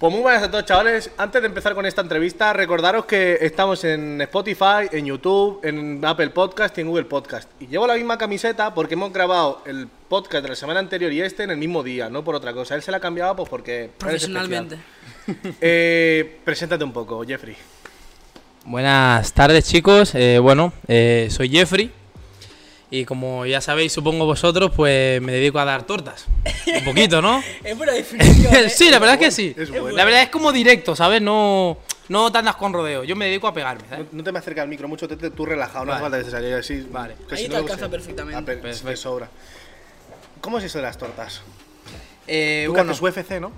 Pues muy buenas a todos, chavales. Antes de empezar con esta entrevista, recordaros que estamos en Spotify, en YouTube, en Apple Podcast y en Google Podcast. Y llevo la misma camiseta porque hemos grabado el podcast de la semana anterior y este en el mismo día, no por otra cosa. Él se la cambiaba pues porque. eres Profesionalmente. especial. Eh, preséntate un poco, Jeffrey. Eh. Buenas tardes chicos, Eh, bueno, eh, soy Jeffrey y como ya sabéis, supongo vosotros, pues me dedico a dar tortas. Un poquito, ¿no? Es buena definición. ¿eh? sí, la verdad es que sí. es bueno. La verdad es como directo, ¿sabes? No, no te andas con rodeo, yo me dedico a pegarme, No, ¿sabes? no te me acerques al micro mucho, te, te- tú relajado, no hace Vale. falta que se salga así. Vale. que Ahí si te no, luego alcanza se- perfectamente. Ah, per- Me Perfecto. sobra. ¿Cómo es eso de las tortas? Eh, Tú que bueno, haces UFC, ¿no?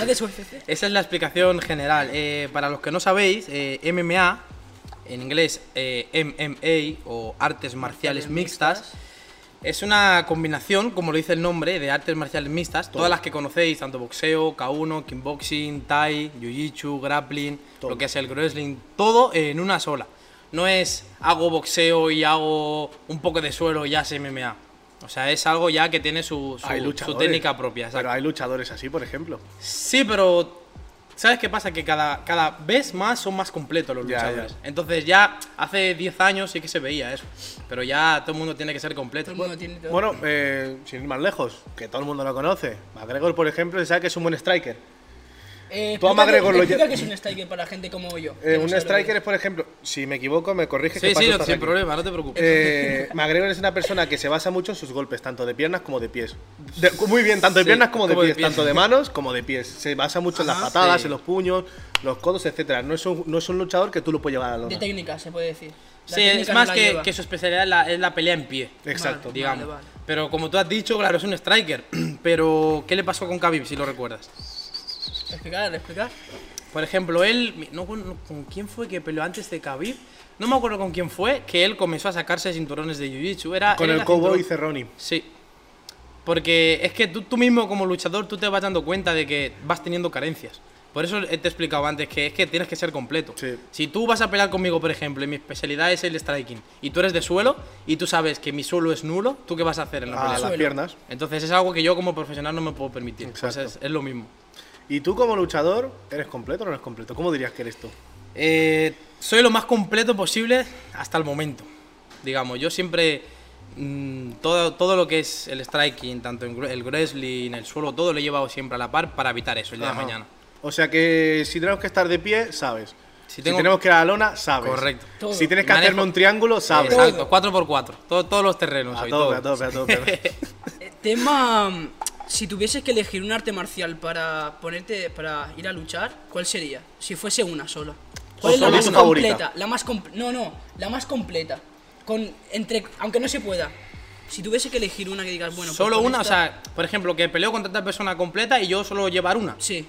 Haz de su UFC. esa es la explicación general. Eh, para los que no sabéis, eh, MMA, en inglés eh, MMA o artes marciales mixtas, Es una combinación, como lo dice el nombre, de artes marciales mixtas, todas las que conocéis, tanto boxeo, K1, kickboxing, Thai, jiu-jitsu, grappling, Todo. lo que es el wrestling, todo en una sola. No es hago boxeo y hago un poco de suelo y ya es MMA. O sea, es algo ya que tiene su, su- su técnica propia. exacto. Pero hay luchadores así, por ejemplo. Sí, pero ¿sabes qué pasa? Que cada, cada vez más son más completos los Ya, luchadores. Entonces ya hace 10 años sí que se veía eso, pero ya todo el mundo tiene que ser completo. Todo el mundo tiene todo. Bueno, eh, sin ir más lejos, que todo el mundo lo conoce. McGregor, por ejemplo, se sabe que es un buen striker. eh, tú a McGregor lo explica lle- que es un striker para gente como yo. que Eh, no un sabe lo que striker es, por ejemplo, si me equivoco, me corriges. que Sí, para sí, eso no, estás sin aquí. problema, no te preocupes. Eh, McGregor es una persona que se basa mucho en sus golpes, tanto de piernas como de pies. De- muy bien, tanto de Sí, piernas como de como de pies, pies. tanto de manos como de pies. Se basa mucho en las Ajá, patadas, sí. en los puños, los codos, etcétera. No es un, no es un luchador que tú lo puedes llevar a la es. De lona. técnica, se puede decir. La Sí, técnica es no más la que, lleva. que su especialidad es la, es la pelea en pie, Exacto. Vale, digamos. vale. Pero como tú has dicho, claro, es un striker. Pero, ¿qué le pasó con Khabib, si lo recuerdas? Explicar, explicar. Por ejemplo, él, no, con- no- ¿con quién fue que peleó antes de Khabib? No me acuerdo con quién fue, que él comenzó a sacarse cinturones de Jiu-Jitsu. Era, Con él el era cowboy y cinturón- Cerrone. Sí. Porque es que tú, tú mismo como luchador, tú te vas dando cuenta de que vas teniendo carencias. Por eso te he explicado antes que es que tienes que ser completo. Sí. Si tú vas a pelear conmigo, por ejemplo, y mi especialidad es el striking, y tú eres de suelo, y tú sabes que mi suelo es nulo, ¿tú qué vas a hacer en la A pelea? las Suelo. piernas. Entonces es algo que yo como profesional no me puedo permitir. Exacto. Pues es, es lo mismo. ¿Y tú como luchador eres completo o no eres completo? ¿Cómo dirías que eres tú? Eh, soy lo más completo posible hasta el momento. Digamos, yo siempre. mm, todo, todo lo que es el striking, tanto en gr- el wrestling, el suelo, todo lo he llevado siempre a la par para evitar eso el día Ajá. de mañana. O sea que si tenemos que estar de pie, sabes. Si, Si tengo- tenemos que ir a la lona, sabes. Correcto. Todo. Si tienes que Manejo- hacerme un triángulo, sabes. Exacto, 4x4. todo- todos los terrenos. A soy, tope, todo. a tope, a tope. Eh, Tema. mm, Si tuvieses que elegir un arte marcial para ponerte para ir a luchar, ¿cuál sería? Si fuese una sola. ¿Cuál es la solo más tu favorita? completa? La más comp- no, no, la más completa. Con entre aunque no se pueda. Si tuviese que elegir una que digas, bueno, pues solo con una, o esta- sea, por ejemplo, que peleo contra otra persona completa y yo solo llevar una. Sí.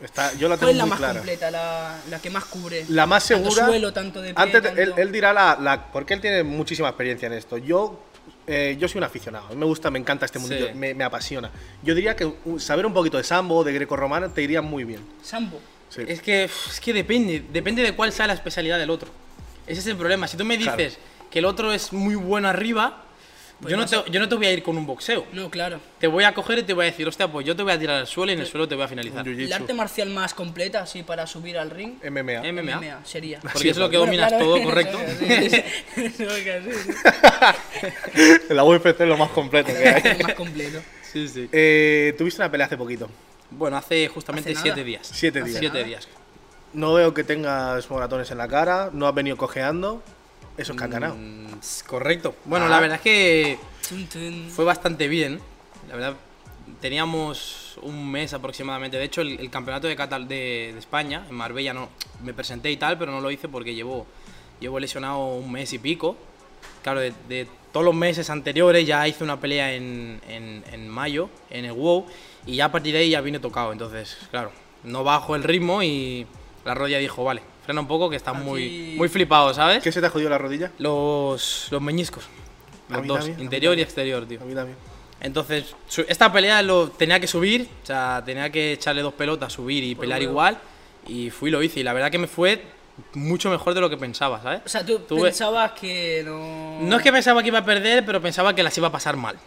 Está- yo la tengo ¿Cuál es la muy más clara. completa, la, la que más cubre? La más segura. Tanto suelo, tanto de pie, antes de- él, tanto- él dirá la, la- porque él tiene muchísima experiencia en esto. Yo, eh, yo soy un aficionado. A mí me gusta, me encanta este mundo, Sí. me, me apasiona. Yo diría que uh, saber un poquito de sambo, de greco-romano, te iría muy bien. Sambo. Sí. Es que, es que depende, depende de cuál sea la especialidad del otro. Ese es el problema. Si tú me Claro. dices que el otro es muy bueno arriba, Pues yo, no vas te, yo no te voy a ir con un boxeo. No, claro. Te voy a coger y te voy a decir, hostia, pues yo te voy a tirar al suelo y en el suelo te voy a finalizar. Jiu-jitsu. El arte marcial más completa, así para subir al ring. MMA. M- MMA. sería. Porque es lo que dominas todo, ¿correcto? correcto. la UFC es lo más completo que hay. más completo. Sí, sí. Eh, tuviste una pelea hace poquito. Bueno, hace justamente Hace nada. siete días. Siete días. Siete días. No veo que tengas moratones en la cara, no has venido cojeando. Eso es que has ganado. Mm, correcto. Bueno, Ah. la verdad es que Tun, tun. fue bastante bien. La verdad, teníamos un mes aproximadamente. De hecho, el, el campeonato de, Catal de, de España, en Marbella, no me presenté y tal, pero no lo hice porque llevo, llevo lesionado un mes y pico. Claro, de, de todos los meses anteriores ya hice una pelea en, en- en mayo, en el WOW, y ya a partir de ahí ya vine tocado. Entonces, claro, no bajo el ritmo y la rodilla dijo, vale, frena un poco que estás muy, Aquí- muy flipado, ¿sabes? ¿Qué se te ha jodido la rodilla? Los, los meñiscos. A Los mí dos, también, a mí interior y también. exterior, tío. A mí también. Entonces, su- esta pelea lo tenía que subir, o sea, tenía que echarle dos pelotas, subir y Por pelear huevo. igual. Y fui, lo hice. Y la verdad que me fue mucho mejor de lo que pensaba, ¿sabes? O sea, tú Tuve- pensabas que no. No es que pensaba que iba a perder, pero pensaba que las iba a pasar mal.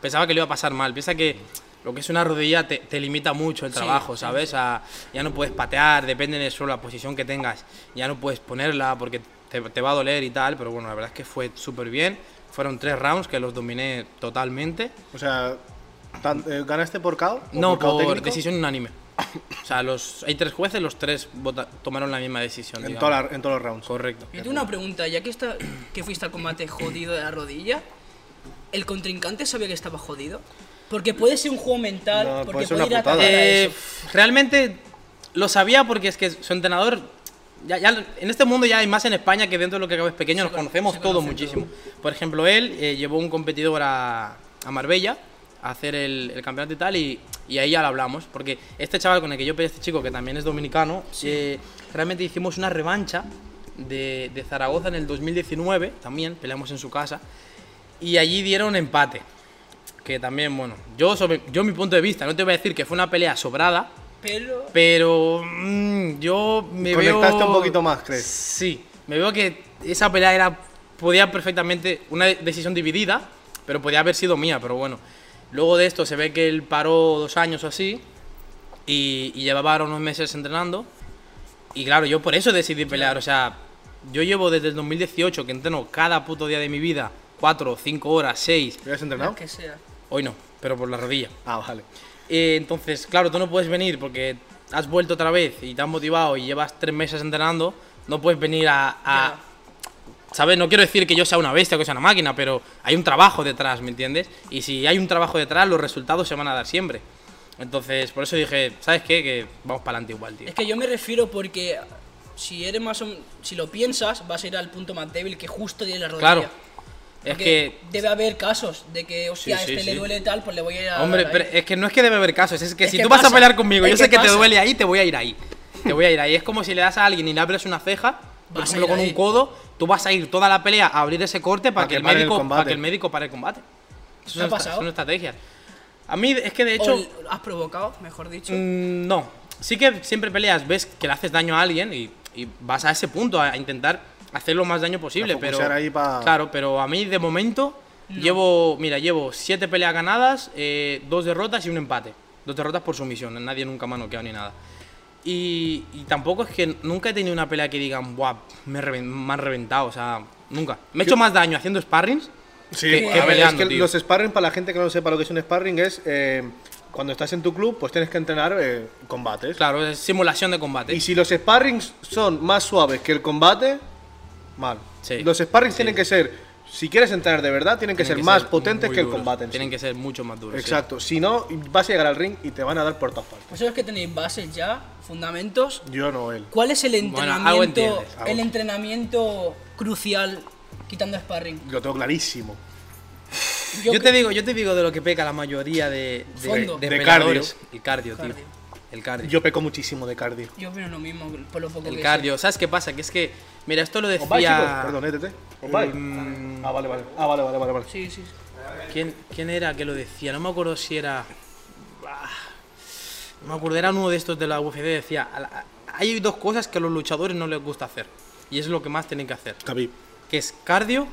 Pensaba que lo iba a pasar mal. Piensa que lo que es una rodilla te, te limita mucho el trabajo, sí, ¿sabes? A- ya no puedes patear, depende de solo la posición que tengas, ya no puedes ponerla porque te, te va a doler y tal, pero bueno, la verdad es que fue súper bien. Fueron tres rounds que los dominé totalmente. O sea, tan- eh, ¿ganaste por KO? o No, KO por técnico? decisión unánime. O sea, los, hay tres jueces, los tres vota- tomaron la misma decisión. En, digamos. toda la- en todos los rounds. Correcto. Yo tengo una pregunta, ya que, está, que fuiste al combate jodido de la rodilla, ¿el contrincante sabía que estaba jodido? Porque puede ser un juego mental, No, puede porque ser puede una ir a atacar a putada. Eh, eso. f- realmente lo sabía porque es que su entrenador. Ya, ya- en este mundo ya hay más en España que dentro de lo que cabe es pequeño, nos cono- conocemos se todos conocen muchísimo. Por ejemplo, él eh, llevó un competidor a, a Marbella a hacer el, el campeonato y tal, y, y ahí ya lo hablamos. Porque este chaval con el que yo peleé, este chico que también es dominicano, eh, realmente hicimos una revancha de, de Zaragoza en el 2019, también peleamos en su casa, y allí dieron empate. Que también, bueno, yo, sobre- yo mi punto de vista, no te voy a decir que fue una pelea sobrada, Pero... pero mm, yo me Conectaste veo... un poquito más, ¿crees? Sí, me veo que esa pelea era, podía perfectamente, una de- decisión dividida, pero podía haber sido mía, pero bueno. Luego de esto se ve que él paró dos años o así y, y llevaba ahora unos meses entrenando. Y claro, yo por eso decidí pelear, o sea, yo llevo desde el 2018 que entreno cada puto día de mi vida, cuatro, cinco horas, seis, ¿Habías lo entrenado? que sea. hoy no, pero por la rodilla. Ah, vale. Eh, entonces, claro, tú no puedes venir porque has vuelto otra vez y te has motivado y llevas tres meses entrenando. No puedes venir a. a- ¿Sabes? No quiero decir que yo sea una bestia, que sea una máquina, pero hay un trabajo detrás, ¿me entiendes? Y si hay un trabajo detrás, los resultados se van a dar siempre. Entonces, por eso dije, ¿sabes qué? Que vamos para adelante igual, tío. Es que yo me refiero porque si eres más o men- si lo piensas, vas a ir al punto más débil que justo tiene la rodilla. Claro. Es Porque que. debe haber casos de que, hostia, Sí, sí, este sí. le duele tal, pues le voy a ir a. Hombre, dar ahí. pero eh, es que no es que debe haber casos, es que Es si que tú vas pasa, a pelear conmigo, es yo que sé que te pasa. duele ahí, te voy a ir ahí. Te voy a ir ahí. Es como si le das a alguien y le abres una ceja, por Vas a ejemplo, ir con ahí. un codo, tú vas a ir toda la pelea a abrir ese corte para Pa' que, que el pare el médico, para combate. que el médico pare el combate. Eso ¿Te ha son, pasado? son estrategias. A mí es que de O hecho l- has provocado, mejor dicho. mm, no, sí que siempre peleas, ves que le haces daño a alguien y, y vas a ese punto a, a intentar hacer lo más daño posible, A pero focusear ahí pa- claro, pero a mí de momento llevo, mira, llevo siete peleas ganadas, eh, dos derrotas y un empate, dos derrotas por sumisión, nadie nunca me ha noqueado ni nada. Y, y tampoco es que nunca he tenido una pelea que digan, Buah, me, reven- me han reventado, o sea, nunca. Me he hecho más daño haciendo sparrings Sí, Que- a que ver, peleando, es que tío. los sparring, para la gente que no sepa lo que es un sparring, es eh, cuando estás en tu club, pues tienes que entrenar eh, combates. Claro, es simulación de combate. Y si los sparrings son más suaves que el combate, mal. Sí. Los sparrings tienen que ser, si quieres entrenar de verdad, tienen que Tienen ser más ser potentes muy que el duros, combate. en sí. Tienen que ser mucho más duros. sí. Exacto, si no, vas a llegar al ring y te van a dar por todas partes. Vosotros Pues que tenéis bases ya, fundamentos. Yo no, él. ¿Cuál es el Bueno, algo entrenamiento, entiendes, algo. el entrenamiento crucial quitando sparring? Lo tengo clarísimo. Yo, cre- te digo, yo te digo de lo que peca la mayoría de, de, Fondo. de De peleadores. El cardio, tío. Cardio. El cardio. Yo peco muchísimo de cardio. yo opino lo mismo, por lo poco que el sé. cardio. ¿Sabes qué pasa? Que es que, mira, esto lo ¿Os vais, chicos? decía... Perdón, eh, Tete. ¿Os vais? Ah, vale, vale. Ah, vale, vale, vale. vale. Sí, sí. sí. ¿Quién, ¿Quién era que lo decía? No me acuerdo si era... Ah, No me acuerdo, era uno de estos de la UFC. Decía, "A la- hay dos cosas que a los luchadores no les gusta hacer. Y es lo que más tienen que hacer. Khabib. Que es cardio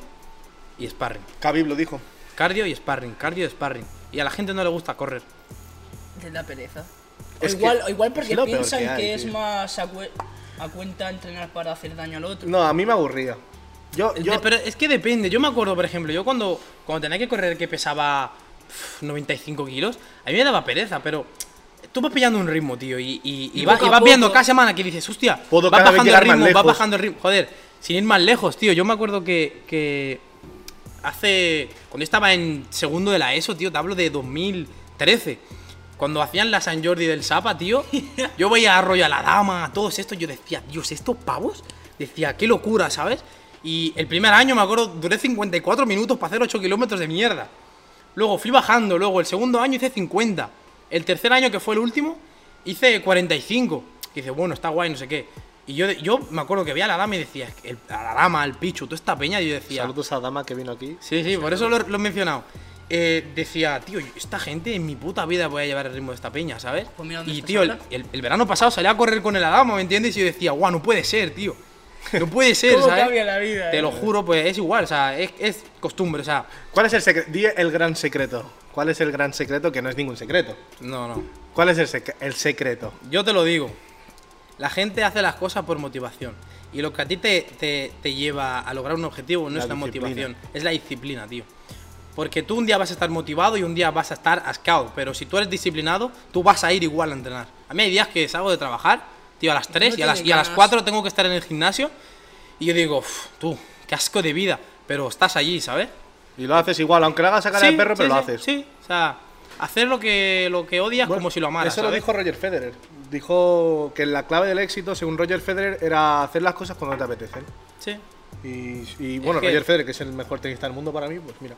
y sparring. Khabib lo dijo. Cardio y sparring. Cardio y sparring. Y a la gente no le gusta correr. Les da pereza. O Es que igual, o igual es porque lo peor piensan que que, hay, es tío. más a, cue- a cuenta entrenar para hacer daño al otro. No, a mí me aburría. Yo, yo, De- Eh, pero es que depende. Yo me acuerdo, por ejemplo, yo cuando, cuando tenía que correr que pesaba pf, 95 kilos, a mí me daba pereza, pero tú vas pillando un ritmo, tío, y, y, y Y va- poco y a vas poco. viendo cada semana que dices, hostia, Puedo vas cada vez bajando el llegar más ritmo, vas lejos. bajando el ritmo. Joder, sin ir más lejos, tío. Yo me acuerdo que, que hace. Cuando yo estaba en segundo de la ESO, tío, te hablo de 2013. Cuando hacían la San Jordi del Sapa, tío, yo veía a Arroyo a la Dama, a todos estos, yo decía, Dios, estos pavos, decía, qué locura, ¿sabes? Y el primer año, me acuerdo, duré 54 minutos para hacer 8 kilómetros de mierda. Luego fui bajando, luego el segundo año hice 50. El tercer año, que fue el último, hice 45. Y dice, bueno, está guay, no sé qué. Y yo, yo me acuerdo que veía a la dama y decía, es que el- a la dama, al pichu, toda esta peña, y yo decía... Saludos a la dama que vino aquí. Sí, sí, por eso lo, lo he mencionado. Eh, decía, tío, yo- esta gente en mi puta vida voy a llevar el ritmo de esta peña, ¿sabes? Pues mira dónde y estás tío, el, ahora. el- el verano pasado salía a correr con el Adamo, ¿me entiendes? Y yo decía, guau, no puede ser, tío. No puede ser, ¿Cómo ¿sabes? cambia la vida, Te eh? lo juro, pues es igual, o sea, es, es costumbre, o sea, ¿Cuál es el secreto? el gran secreto. ¿Cuál es el gran secreto? Que no es ningún secreto. No, no. ¿Cuál es el, sec- el secreto? Yo te lo digo. La gente hace las cosas por motivación. Y lo que a ti te, te- te lleva a lograr un objetivo no La es la disciplina. motivación, es la disciplina, tío. Porque tú un día vas a estar motivado y un día vas a estar ascado. Pero si tú eres disciplinado, tú vas a ir igual a entrenar. A mí hay días que salgo de trabajar, tío, a las 3 y, a las, tiene y a las ganas. 4 tengo que estar en el gimnasio. Y yo digo, "Uf, tú, qué asco de vida. Pero estás allí, ¿sabes? Y lo haces igual, aunque le hagas sacar al Sí, perro, sí, pero lo sí, haces. Sí, o sea, hacer lo que, lo que odias Bueno, como si lo amaras. Eso lo ¿sabes? dijo Roger Federer. Dijo que la clave del éxito, según Roger Federer, era hacer las cosas cuando te apetecen. Sí. Y, y, bueno, Es que- Roger Federer, que es el mejor tenista del mundo para mí, pues mira,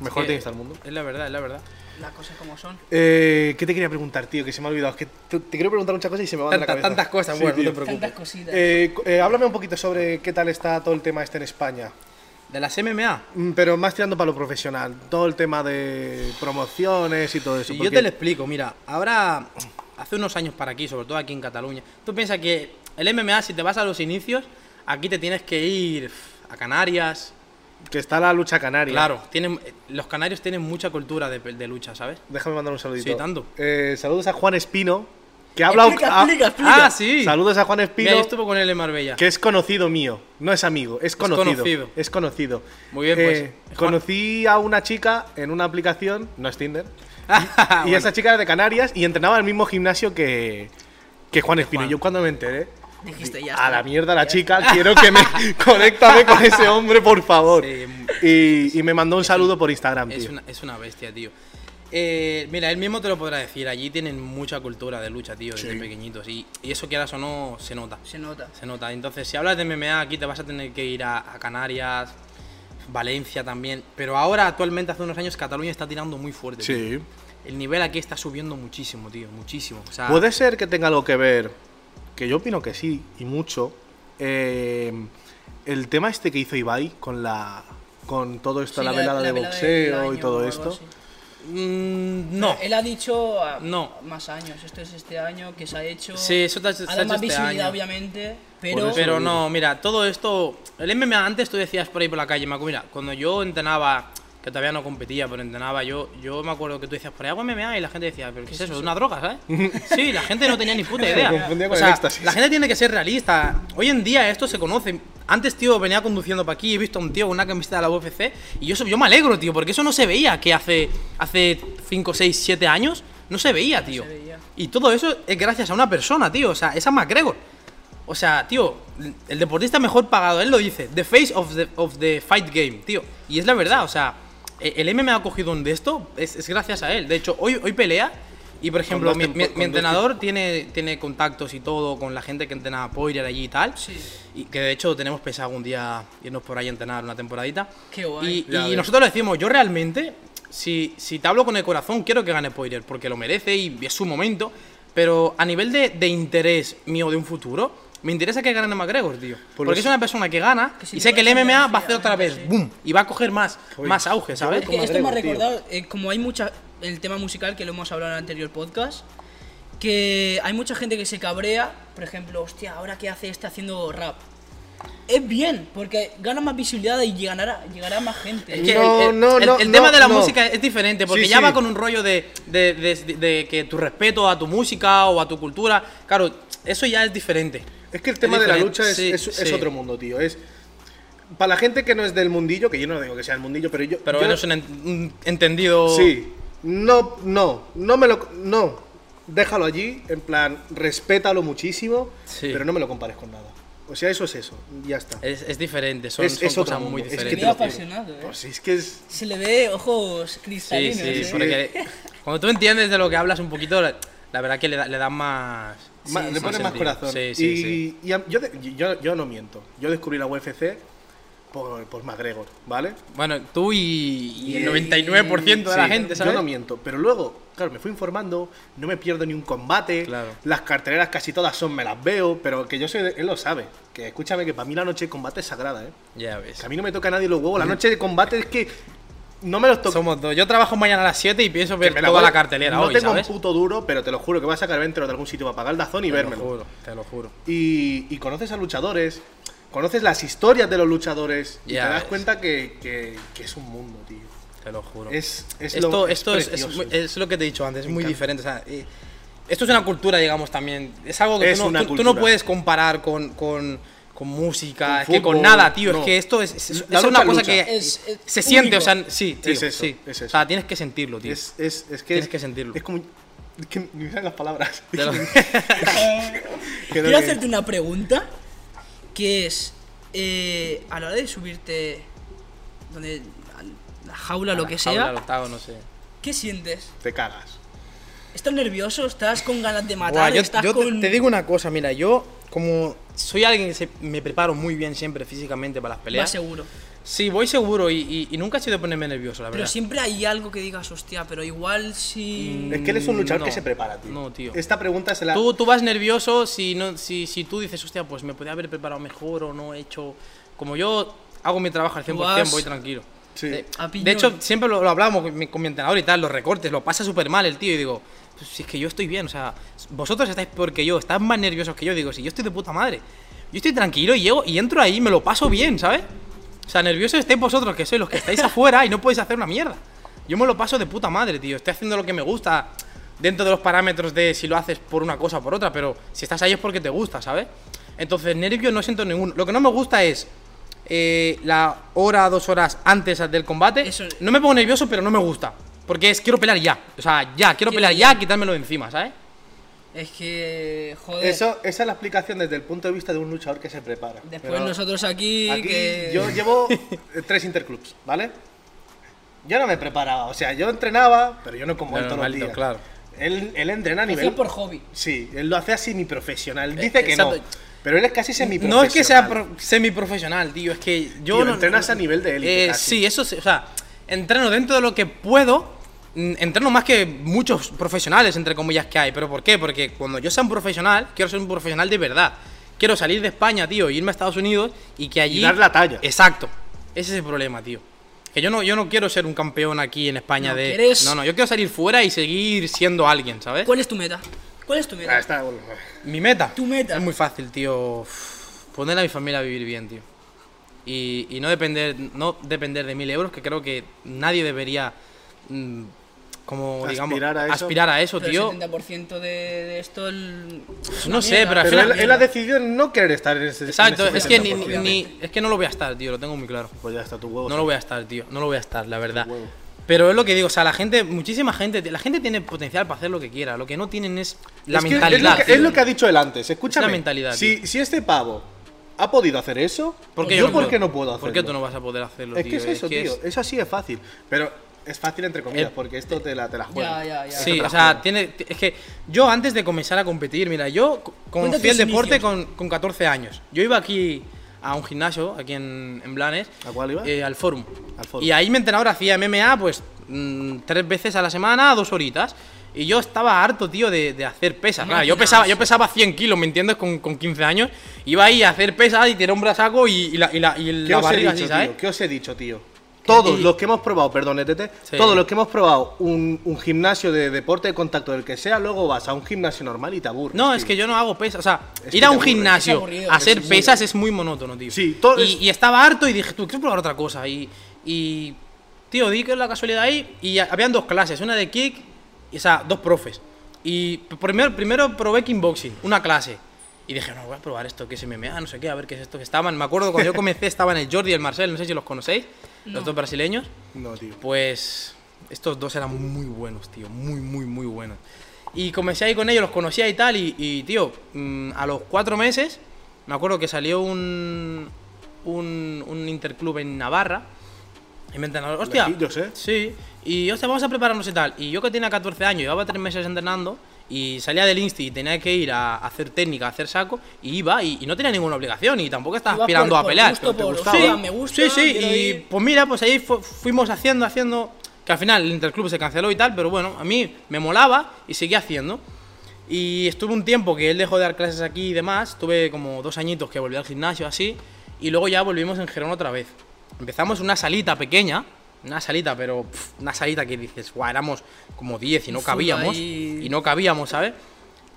mejor que- tenista del mundo. Es la verdad, es la verdad. Las cosas como son. Eh, ¿Qué te quería preguntar, tío? Que se me ha olvidado. Es que te, te quiero preguntar muchas cosas y se me van de la Tanta- cabeza. tantas cosas, Sí, bueno, no tío. te preocupes. Tantas cositas. Eh, cu- eh, háblame un poquito sobre qué tal está todo el tema este en España. De las MMA. Mm, Pero más tirando para lo profesional. Todo el tema de promociones y todo eso. Sí, yo porque- te lo explico, mira, ahora, hace unos años para aquí, sobre todo aquí en Cataluña, tú piensas que el MMA, si te vas a los inicios, aquí te tienes que ir pf, a Canarias. Que está la lucha canaria. Claro, tienen, eh, los canarios tienen mucha cultura de, pe- de lucha, ¿sabes? Déjame mandar un saludito. Sí, tanto. Eh, saludos a Juan Espino, que ha hablado... Explica, ah, explica, explica. Ah, sí. Saludos a Juan Mira, Espino, yo estuve con él en Marbella. que es conocido mío. No es amigo, es conocido. conocido. Es conocido. Eh, Muy bien, pues, Juan- Conocí a una chica en una aplicación, no es Tinder, y Ah, Bueno, esa chica era de Canarias y entrenaba en el mismo gimnasio que, que Juan Espino. Juan. Yo cuando me enteré... Dijiste, di, "Ya a está". la mierda la chica, quiero que me conéctame con ese hombre, por favor. Sí, mm, Y, y me mandó un saludo por Instagram, es, tío. una, es una bestia, tío. Eh, mira, él mismo te lo podrá decir, allí tienen mucha cultura de lucha, tío, desde Sí. pequeñitos. Y, y eso quieras o no, se nota. Se nota. Se nota. Entonces, si hablas de MMA, aquí te vas a tener que ir a, a Canarias, Valencia también. Pero ahora, actualmente, hace unos años, Cataluña está tirando muy fuerte. tío. Sí. El nivel aquí está subiendo muchísimo, tío. Muchísimo. O sea, Puede ser que tenga algo que ver, que yo opino que sí, y mucho, eh, el tema este que hizo Ibai con la con todo esto, Sí, la, velada de velada del boxeo y año o todo algo esto. así. mm, no. Él ha dicho ah, No. más años. Esto es este año que se ha hecho. Sí, eso te ha- se ha ha dado hecho más este visibilidad, año. obviamente. Por Pero. eso. Pero no, mira, todo esto. El MMA antes tú decías por ahí por la calle, Macu, mira, cuando yo entrenaba, que todavía no competía, pero entrenaba, yo, yo me acuerdo que tú decías por ahí hago MMA y la gente decía, ¿pero qué es eso? ¿Es una droga, sabes? sí, la gente no tenía ni puta idea. confundía con O el sea, éxtasis. la gente tiene que ser realista. Hoy en día esto se conoce. Antes, tío, venía conduciendo para aquí y he visto a un tío con una camiseta de la UFC y yo, so- yo me alegro, tío, porque eso no se veía que hace, hace 5, 6, 7 años. No se veía, tío. veía. Y todo eso es gracias a una persona, tío. O sea, esa McGregor. O sea, tío, el deportista mejor pagado, él lo dice. The face of the, of the fight game, tío. Y es la verdad, o sea, e- el MMA ha cogido un de esto, es, es gracias a él. De hecho, hoy, hoy pelea y, por ejemplo, dos mi, tempo- mi- con mi dos entrenador tiene, tiene contactos y todo con la gente que entrenaba Poirier allí y tal. Sí. Y que de hecho tenemos pensado un día irnos por ahí a entrenar una temporadita. Qué guay. Y- Ya Y, ves. nosotros le decimos, yo realmente, si, si te hablo con el corazón, quiero que gane Poirier, porque lo merece y es su momento. Pero a nivel de, de interés mío de un futuro, me interesa que gane McGregor, tío. Por porque eso- es una persona que gana Que si y le sé que el pasa MMA va a energía, hacer otra vez, sí. boom, y va a coger más, Uy, más auge, ¿sabes? Es con que esto me ha McGregor, tío. recordado, eh, como hay mucha. El tema musical que lo hemos hablado en el anterior podcast. Que hay mucha gente que se cabrea. Por ejemplo, hostia, ahora que hace este haciendo rap. Es bien, porque gana más visibilidad y llegará, llegará más gente. Es que No, el, el- no, el- no, el tema no, de la no. música es diferente, porque Sí, ya sí. va con un rollo de, de- de- de- de que tu respeto a tu música o a tu cultura, claro, eso ya es diferente. Es que el tema de la diferente, lucha es, sí, es- es sí. otro mundo, tío. Es para la gente que no es del mundillo, que yo no digo que sea el mundillo, pero yo Pero yo- él es un, en- un entendido... Sí. No, no, no me lo. No. Déjalo allí, en plan, respétalo muchísimo, Sí. pero no me lo compares con nada. O sea, eso es eso, ya está. Es, es diferente, son, Es- son es otro cosas muy mundo, es que diferentes. Muy apasionado, eh. Pues sí, es que es. Se le ve ojos cristalinos. Sí, sí, eh. porque cuando tú entiendes de lo que hablas un poquito, la, la verdad que le, da- le dan más... Ma- le pone más sentido. corazón. Sí, sí, y sí. y a- yo, de- yo, yo no miento. Yo descubrí la UFC por, por McGregor, ¿vale? Bueno, tú y, y el 99% de la Sí, gente, ¿sabes? Yo no miento. Pero luego, claro, me fui informando, no me pierdo ni un combate. Claro. Las carteleras casi todas son, me las veo, pero que yo soy. de- él lo sabe. Que escúchame, que para mí la noche de combate es sagrada, ¿eh? Ya ves. Que a mí no me toca a nadie los huevos. La noche de combate es que no me los toca. Somos dos. Yo trabajo mañana a las 7 y pienso ver Que me toda voy- la cartelera No hoy, tengo ¿sabes? un puto duro, pero te lo juro que voy a sacar dentro de algún sitio para pagar el dazón y Te lo vérmelo. juro, te lo juro. Y, y conoces a luchadores, conoces las historias de los luchadores y Ya te das ves. cuenta que, que- que es un mundo, tío. te lo juro. Es, es esto lo, esto es, es precioso. muy- es lo que te he dicho antes, es Me muy encanta. diferente. o sea, eh, esto es una cultura, digamos, también. Es algo que Es tú, no, una tú- tú no cultura. puedes comparar con, con- con música, Con es que con fútbol, nada, tío. no. Es que esto es, es- es La una lucha, cosa lucha. que Es- es se siente, único. o sea, sí, tío, Es eso, sí. es O eso. sea, tienes que sentirlo, tío. Es, es, es que Tienes es- que sentirlo. Es como. Es que ni me salen las palabras. Te lo- Creo Quiero que- hacerte una pregunta que es eh, a la hora de subirte donde a la jaula lo que sea, Habla al octavo, no sé. ¿qué sientes? Te cagas. ¿Estás nervioso? ¿Estás con ganas de matar? Buah, yo ¿Estás yo te- con te, digo una cosa, mira, yo como soy alguien que se- me preparo muy bien siempre físicamente para las más peleas. seguro? Sí, voy seguro y, y- y nunca he sido de ponerme nervioso, la Pero verdad. siempre hay algo que digas, hostia, pero igual si... Mm. Es que él es un luchador no. que se prepara, tío. No, tío. Esta pregunta se la. Tú, tú vas nervioso si, no, si, si tú dices, hostia, pues me podía haber preparado mejor o no he hecho... Como yo hago mi trabajo al 100%, Vas- voy tranquilo. Sí. De, A de piñón. hecho, siempre lo, lo hablamos con mi, con mi entrenador y tal, los recortes, lo pasa súper mal el tío y digo, pues si es que yo estoy bien, o sea, vosotros estáis peor que yo, estáis más nerviosos que yo, digo, si yo estoy de puta madre, yo estoy tranquilo y llego y entro ahí y me lo paso bien, ¿sabes? O sea, nerviosos estáis vosotros, que sois los que estáis afuera y no podéis hacer una mierda. Yo me lo paso de puta madre, tío, estoy haciendo lo que me gusta dentro de los parámetros de si lo haces por una cosa o por otra, pero si estás ahí es porque te gusta, ¿sabes? Entonces, nervios no siento ninguno. Lo que no me gusta es eh, la hora, dos horas antes del combate. Eso- No me pongo nervioso, pero no me gusta. Porque es quiero pelear ya. O sea, ya, Quiero quiero pelear ya, quitármelo de encima, ¿sabes? Es que, joder, Eso, esa es la explicación desde el punto de vista de un luchador que se prepara. después Pero nosotros aquí, aquí que... yo llevo eh, tres interclubs, ¿vale? Yo no me preparaba, o sea, yo entrenaba, pero yo no como él Lo todos los normalito, días. claro. Él, él entrena a Hacía nivel. por hobby. Sí, él lo hace así mi profesional. Eh, Dice que no. exacto. Pero él es casi semiprofesional. No es que sea pro- semiprofesional, tío. Es que yo. Tío, no, entrenas no- a nivel de élite, Eh, casi. sí, eso sí. O sea, entreno dentro de lo que puedo. mm, Entreno más que muchos profesionales, entre comillas, que hay. ¿Pero por qué? Porque cuando yo sea un profesional, quiero ser un profesional de verdad. Quiero salir de España, tío, e irme a Estados Unidos y que allí. Y dar la talla. Exacto. Ese es el problema, tío. Que yo no, yo no quiero ser un campeón aquí en España No, de. ¿quieres? No, no, yo quiero salir fuera y seguir siendo alguien, ¿sabes? ¿Cuál es tu meta? ¿Cuál es tu meta? Ah, está, bueno. Mi meta. Tu meta. Es muy fácil, tío. Uf, Poner a mi familia a vivir bien, tío. Y, y no depender no depender de mil euros, que creo que nadie debería, mm, como digamos, Aspirar a eso. aspirar a eso, Pero tío. el 70% de, de esto... el- es Pues No una sé, mierda. pero al Pero final- él, él ha decidido no querer estar en ese. Exacto, en ese es que, ni- 70%. ni- es que no lo voy a estar, tío, lo tengo muy claro. Pues ya está, tu huevo. No lo voy a estar, tío. No lo voy a estar, la verdad. huevo. Pero es lo que digo, o sea, la gente, muchísima gente, la gente tiene potencial para hacer lo que quiera. Lo que no tienen es la Es que es lo mentalidad. que- Es lo, que, tío. ha dicho él antes, escúchame. Es la mentalidad, Si, si este pavo ha podido hacer eso, ¿Por qué yo no por puedo? qué no puedo hacerlo? ¿Por qué tú no vas a poder hacerlo, Es tío? que es eso, tío. es- Eso así es fácil. Pero es fácil entre comillas, Eh, porque esto te la, te la juega. Ya, ya, ya. Sí, Otra o sea, cosa. tiene, t- es que yo antes de comenzar a competir, mira, yo c- Cuenta conocí el tus deporte inicios. con, con 14 años. Yo iba aquí a un gimnasio, aquí en, en Blanes. ¿A cuál ibas? eh, al Forum. Al Forum. Y ahí mi entrenador hacía MMA, pues, mm, tres veces a la semana, dos horitas. Y yo estaba harto, tío, de, de hacer pesas. Claro, yo Máquinas. pesaba, yo pesaba 100 kilos, ¿me entiendes? Con, con 15 años. Iba ahí a hacer pesas y tirar un brazaco y, y la, y la, y ¿Qué la os he dicho, barriga así, tío? ¿sabes? ¿Qué os he dicho, tío? Todos Y- los que hemos probado, perdón, Tete, Sí. todos los que hemos probado un, un gimnasio de deporte de contacto del que sea, luego vas a un gimnasio normal y te aburres. No, es tío. que yo no hago pesas. O sea, Es que ir a te un aburre. Es gimnasio aburrido, a es hacer aburrido. pesas es muy monótono, tío. Sí, todo y, es- y estaba harto y dije, tú, quiero probar otra cosa. Y, y, tío, di que la casualidad ahí. Y a- habían dos clases, una de kick, y, o sea, dos profes. Y primero, primero probé kickboxing, una clase. Y dije, no, voy a probar esto, que se me mea, no sé qué, a ver qué es esto que estaban. Me acuerdo cuando yo comencé, estaban el Jordi y el Marcel, no sé si los conocéis, los dos brasileños. No, tío. Pues estos dos eran muy buenos, tío. Muy, muy, muy buenos. Y comencé ahí con ellos, los conocía y tal. Y, y, tío, mm, a los cuatro meses, me acuerdo que salió un, un, un interclub en Navarra. Y me entrenaron, hostia. Lejillos, ¿eh? Sí. Y, hostia, vamos a prepararnos y tal. Y yo que tenía 14 años, llevaba tres meses entrenando. Y salía del insti y tenía que ir a hacer técnica, a hacer saco. Y iba y, y no tenía ninguna obligación. Y tampoco estaba Ibas aspirando por- a por pelear. gusto, ¿Te por, gustaba? hostia, me gusta, Sí, sí. quiero Y ir. pues mira, pues ahí fu- fuimos haciendo, haciendo. Que al final el interclub se canceló y tal, pero bueno, a mí me molaba y seguí haciendo. Y estuve un tiempo que él dejó de dar clases aquí y demás. Tuve como dos añitos que volví al gimnasio así. Y luego ya volvimos en Gerón otra vez. Empezamos una salita pequeña. Una salita, pero pf, una salita que dices, guau, éramos como 10 y no Un full cabíamos. ahí. Y no cabíamos, ¿sabes?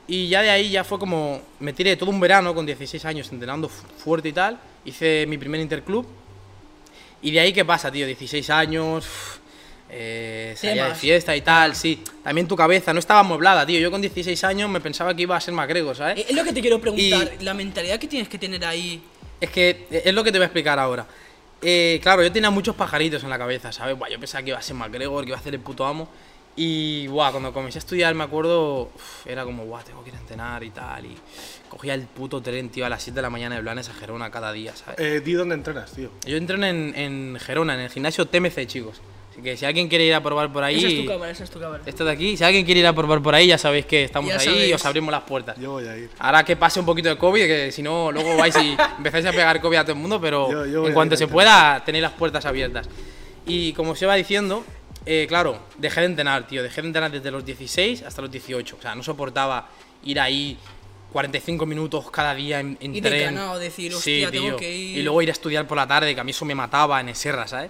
Y ya de ahí ya fue como, me tiré todo un verano con 16 años entrenando fu- fuerte y tal. Hice mi primer interclub. Y de ahí, ¿qué pasa, tío? 16 años, uf, eh, salía de Temas. fiesta y tal, sí. También tu cabeza, no estaba amueblada, tío. Yo con 16 años me pensaba que iba a ser más grego, ¿sabes? Eh, Es lo que te quiero preguntar, la mentalidad que tienes que tener ahí. Es que es lo que te voy a explicar ahora. Eh, claro, yo tenía muchos pajaritos en la cabeza, ¿sabes? Buah, yo pensaba que iba a ser McGregor, que iba a ser el puto amo. Y buah, cuando comencé a estudiar, me acuerdo, uf, era como, guau, tengo que ir a entrenar y tal. Y cogía el puto tren, tío, a las 7 de la mañana de Blanes a Gerona cada día, ¿sabes? Eh, di dónde entrenas, tío. Yo entreno en, en Gerona, en el gimnasio TMC, chicos. Así que si alguien quiere ir a probar por ahí. Esa es tu cámara, esa es tu cámara. Esto de aquí, si alguien quiere ir a probar por ahí, ya sabéis que estamos Ya ahí y sabéis. os abrimos las puertas. Yo voy a ir. Ahora que pase un poquito de COVID, que si no, luego vais y empezáis a pegar COVID a todo el mundo, pero Yo- yo voy en a cuanto ir se al pueda, tenéis las puertas abiertas. Y como se va diciendo, eh, claro, dejé de entrenar, tío. Dejé de entrenar desde los 16 hasta los 18. O sea, no soportaba ir ahí 45 minutos cada día en, en Ir de tren. canao, decir, Sí, "Hostia, tengo tío. que ir". Y luego ir a estudiar por la tarde, que a mí eso me mataba en Serra, ¿sabes?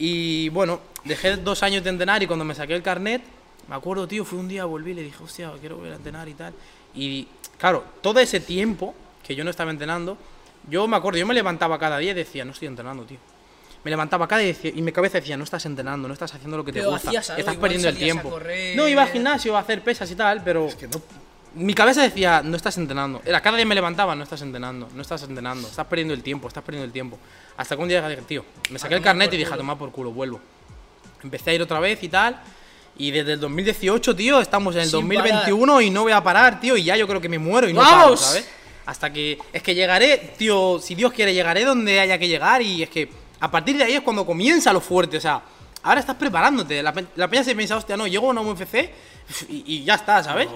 Y bueno, dejé dos años de entrenar y cuando me saqué el carnet, me acuerdo, tío, fui un día, volví y le dije, hostia, quiero volver a entrenar y tal. Y claro, todo ese tiempo que yo no estaba entrenando, yo me acuerdo, yo me levantaba cada día y decía, no estoy entrenando, tío. Me levantaba cada día y decía- y mi cabeza decía, no estás entrenando, no estás haciendo lo que te Pero gusta, hacías algo, estás igual perdiendo el salías a tiempo. correr. No, iba al gimnasio a hacer pesas y tal, pero Es que no. mi cabeza decía, no estás entrenando. Era, cada día me levantaba, no estás entrenando, no estás entrenando, estás perdiendo el tiempo, estás perdiendo el tiempo. Hasta que un día dije, tío, me saqué el tomar carnet por y dije, a culo". tomar por culo, vuelvo. Empecé a ir otra vez y tal. Y desde el 2018, tío, estamos en el Sin 2021 y no voy a parar, tío. Y ya yo creo que me muero y no ¡Vamos! paro, ¿sabes? Hasta que. Es que llegaré, tío, si Dios quiere, llegaré donde haya que llegar. Y es que a partir de ahí es cuando comienza lo fuerte, o sea. Ahora estás preparándote. La, pe- la peña se piensa, hostia, no, llego a una UFC y, y ya está, ¿sabes?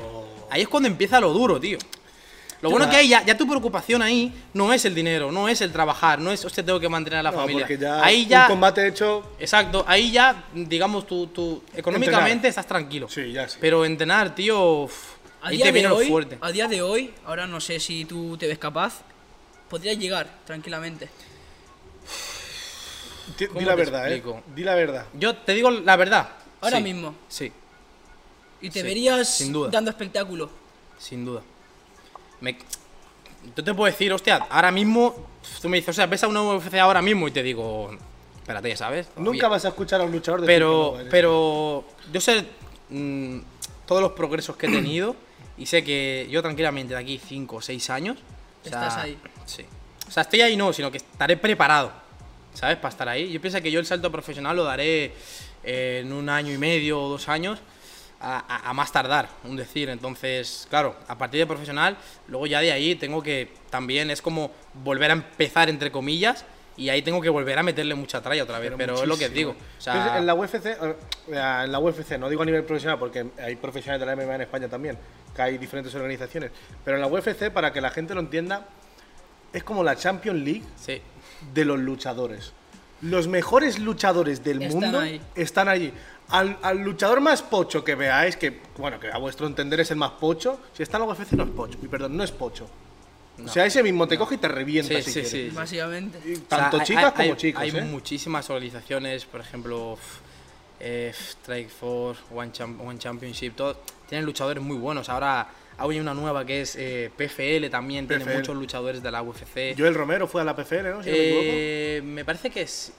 Ahí es cuando empieza lo duro, tío. Lo bueno que hay, ya, ya tu preocupación ahí no es el dinero, no es el trabajar, no es, hostia, tengo que mantener a la No, familia. porque ya, ahí ya. Un combate hecho. Exacto, ahí ya, digamos, tú, tú económicamente Entrenar. estás tranquilo. Sí, ya sí. Pero entrenar, tío, uf, A ahí día, te de viene lo hoy, fuerte. a día de hoy, ahora no sé si tú te ves capaz, podrías llegar tranquilamente. Ti- ¿Cómo Di la te verdad, explico? eh. Di la verdad. Yo te digo la verdad. Ahora sí, mismo. Sí, Y te Sí, verías sin duda. dando espectáculo. sin duda. Me- Yo te puedo decir, hostia, ahora mismo, tú me dices, o sea, ves a una UFC ahora mismo y te digo, espérate, ¿sabes? Nunca Todavía. vas a escuchar a un luchador decir pero, que no, eh. pero yo sé mm, todos los progresos que he tenido y sé que yo tranquilamente de aquí 5 o 6 años... o sea, Estás ahí. Sí. O sea, estoy ahí no, sino que estaré preparado, ¿sabes? Para estar ahí. Yo pienso que yo el salto profesional lo daré eh, en un año y medio o dos años. A, a- a más tardar, un decir. Entonces, claro, a partir de profesional, luego ya de ahí tengo que también es como volver a empezar, entre comillas, y ahí tengo que volver a meterle mucha tralla otra vez. Pero, es lo que muchísimo. digo. O sea, Entonces, en la UFC, eh, en la UFC, no digo a nivel profesional, porque hay profesionales de la MMA en España también, que hay diferentes organizaciones, pero en la UFC, para que la gente lo entienda, es como la Champions League Sí, de los luchadores. Los mejores luchadores del Están mundo ahí. están allí. Al, al luchador más pocho que veáis, que bueno, que a vuestro entender es el más pocho, si está en la UFC no es pocho, y perdón, no es pocho. O sea, ese mismo te coge y te revienta. si Sí, sí, quieres. sí. Básicamente. Y O sea, Tanto hay- chicas hay- como chicos. Hay ¿eh? muchísimas organizaciones, por ejemplo, f- eh, Strike Force, One, Cham- One Championship, todo, tienen luchadores muy buenos. Ahora hay una nueva que es eh, PFL también, tiene PFL. muchos luchadores de la UFC. Joel Romero fue a la PFL, ¿no? Si no me equivoco. Eh, me parece que es,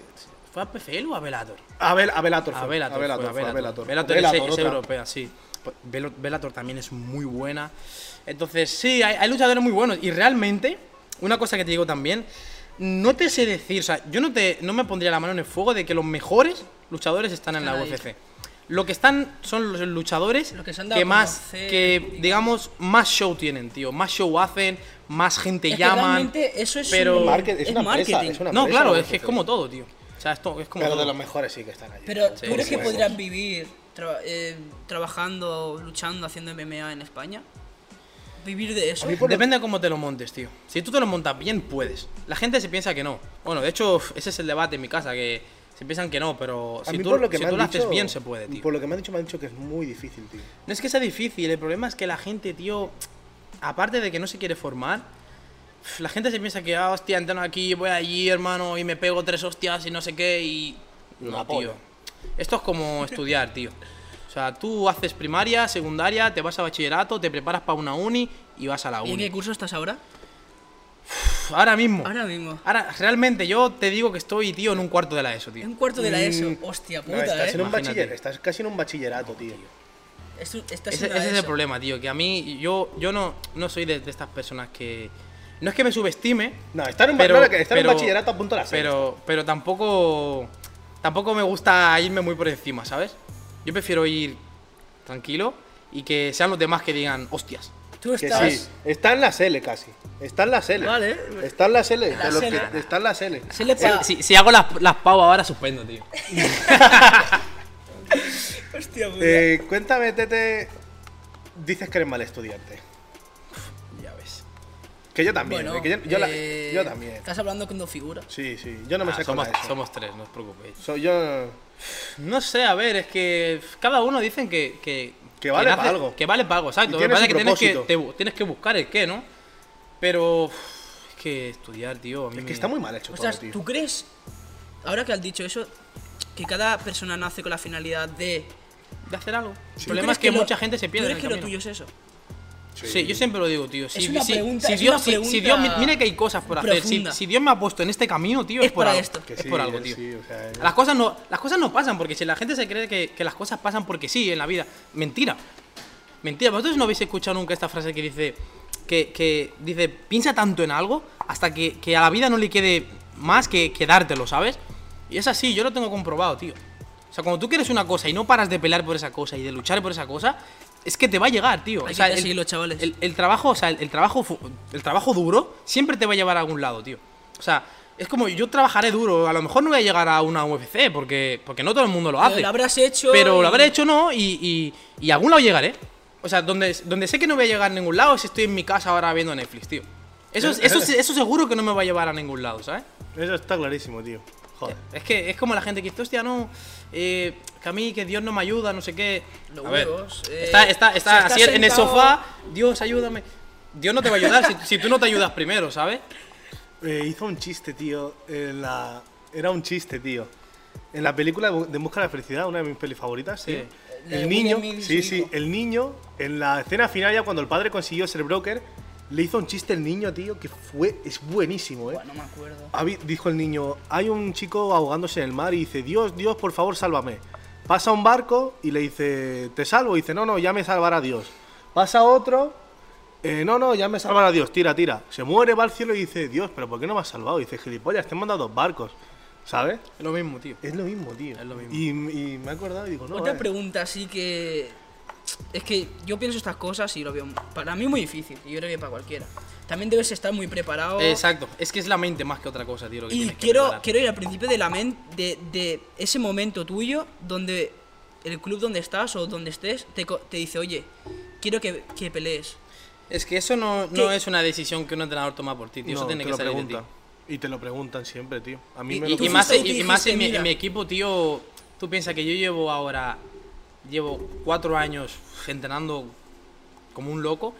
¿fue a PFL o a Velator? A, Vel- a Velator. A fue, Velator, a Velator, fue, fue, a a Bellator. Velator. Bellator es- Velator, es, otra. europea, sí. Velo- Bellator también es muy buena. Entonces, sí, hay, hay luchadores muy buenos. Y realmente, una cosa que te digo también, no te sé decir, o sea, yo no, te, no me pondría la mano en el fuego de que los mejores luchadores están en la Están ahí. UFC. Lo que están son los luchadores Los que que, se han dado a más, conocer, que digamos, más show tienen, tío. Más show hacen, más gente Es que llaman. realmente eso es pero- un- Market- es es una empresa, marketing. es una- no, empresa, claro, la es que es UFC. como todo, tío. O sea, esto es como Pero de todo. los mejores sí que están allí. Pero Por ¿tú crees que supuesto. podrías vivir tra- eh, trabajando, luchando, haciendo MMA en España? Vivir de eso. Depende de cómo te lo montes, tío. Si tú te lo montas bien, puedes. La gente se piensa que no. Bueno, de hecho, ese es el debate en mi casa, que se piensan que no, pero A si mí tú, por lo que si me tú han lo haces dicho- bien, se puede, tío. Por lo que me han dicho, me han dicho que es muy difícil, tío. No es que sea difícil, el problema es que la gente, tío, aparte de que no se quiere formar, la gente se piensa que, ah, hostia, entreno aquí, voy allí, hermano, y me pego tres hostias y no sé qué, y... Y una No, polla. tío. Esto es como estudiar, tío. O sea, tú haces primaria, secundaria, te vas a bachillerato, te preparas para una uni y vas a la ¿Y en uni. qué curso estás ahora? Pf, Uf, ahora mismo. Ahora mismo. Ahora, realmente, yo te digo que estoy, tío, en un cuarto de la ESO, tío. Un cuarto de la ESO. Mm, Hostia No, puta, estás, en eh. un Imagínate. bachiller, estás casi en un bachillerato, tío. Esto- estás Ese, en la ese es el ESO. problema, tío. Que a mí, yo, yo no, no soy de, de estas personas que. No es que me subestime. No, estar en, un ba- pero, no, que estar en pero- un bachillerato a punto de la seis. Pero, pero tampoco. Tampoco me gusta irme muy por encima, ¿sabes? Yo prefiero ir tranquilo y que sean los demás que digan, hostias. Tú Que estás. sí, está en la L casi. Está en la L. Vale. Está en la L. La Sele. Está en la L. Se le pa- Si, si hago las, las pavas ahora, suspendo, tío. Hostia puta. Eh, cuéntame, Tete. Dices que eres mal estudiante. Ya ves. Que yo también. Bueno, que yo, yo la- eh, yo también. Estás hablando con dos figuras. Sí, sí. Yo no me Ah, sé somos, con eso. somos tres, no os preocupéis. Soy yo. No sé, a ver, es que cada uno dicen que. Que, vale nace- pa' algo. Que vale para algo, exacto. Y Lo que tiene pasa su es que tienes que, propósito. te bu- tienes que buscar el qué, ¿no? Pero. uf, Es que estudiar, tío. A mí Es me- que está muy mal hecho Ostras, todo, tío. ¿tú crees? Ahora que has dicho eso, que cada persona nace con la finalidad de. De hacer algo. El ¿Tú problema es crees que, lo- mucha gente se ¿tú pierde. crees en el que lo tuyo camino. es eso? Sí. yo siempre lo digo, tío. Si, una si- pregunta- si es Dios, una si- si pregunta Dios, mi- mira que hay cosas por hacer. Si, profunda. si Dios me ha puesto en este camino, tío, es, Es por para algo. esto. Que Es sí, por algo, tío. sí, o sea, eh. Las cosas no, las cosas no pasan porque si la gente se cree que, que las cosas pasan porque sí en la vida, mentira. Mentira, vosotros no habéis escuchado nunca esta frase que dice que, que dice piensa tanto en algo hasta que, que a la vida no le quede más que, que dártelo, ¿sabes? Y es así, yo lo tengo comprobado, tío. O sea, cuando tú quieres una cosa y no paras de pelear por esa cosa y de luchar por esa cosa, es que te va a llegar, tío. Hay o que sea, el- perseguirlo, chavales. el- el trabajo, o sea, el, el trabajo, fu- el trabajo duro siempre te va a llevar a algún lado, tío. O sea, es como yo trabajaré duro, a lo mejor no voy a llegar a una UFC porque, porque no todo el mundo lo hace. Lo habrás hecho. Pero lo y- habré hecho no y, y, y a algún lado llegaré. O sea, donde, donde sé que no voy a llegar a ningún lado es si estoy en mi casa ahora viendo Netflix, tío. Eso, es- eso, es- eso seguro que no me va a llevar a ningún lado, ¿sabes? Eso está clarísimo, tío. Joder. Es que es como la gente que dice, hostia, no, eh, que a mí, que Dios no me ayuda, no sé qué. Los a ver, huevos, eh, está, está, si está estás así en el sentado- sofá, Dios, ayúdame. Dios no te va a ayudar si, si tú no te ayudas primero, ¿sabes? Eh, hizo un chiste, tío. en la- Era un chiste, tío. En la película de Bu- de En Busca de la Felicidad, una de mis pelis favoritas, tío. Sí. Eh, La de El niño, Will Smith y su sí, sí, hijo. el niño, en la escena final, ya cuando el padre consiguió ser broker, le hizo un chiste el niño, tío, que fue, es buenísimo, ¿eh? Buah, no me acuerdo. Habi- Dijo el niño, hay un chico ahogándose en el mar y dice, Dios, Dios, por favor, sálvame. Pasa un barco y le dice, te salvo. Y dice, no, no, ya me salvará Dios. Pasa otro, "Eh, no, no, ya me salvará Dios, tira, tira. Se muere, va al cielo y dice, Dios, pero ¿por qué no me has salvado? Y dice, gilipollas, te han mandado dos barcos, ¿sabes? Es lo mismo, tío. Es lo mismo, tío. Es lo mismo. Y, y me he acordado y digo, no, eh. eh". Otra vale". pregunta, así que. Es que yo pienso estas cosas y lo veo. Para mí es muy difícil, y yo creo que para cualquiera. También debes estar muy preparado. Exacto, es que es la mente más que otra cosa, tío. Lo que Y tienes que quiero, preparar. quiero ir al principio de la men- de, de ese momento tuyo donde el club donde estás o donde estés te, co- te dice, oye, quiero que, que pelees. Es que eso no, no ¿Qué? es una decisión que un entrenador toma por ti, tío. eso No, te tiene que lo salir de ti. preguntan. Y te lo preguntan siempre, tío. A mí Y- me Y, lo tú y más, fuiste y- tú y más dijiste, en, mi, "Mira". en mi equipo, tío. Tú piensas que yo llevo ahora. Llevo cuatro años entrenando como un loco.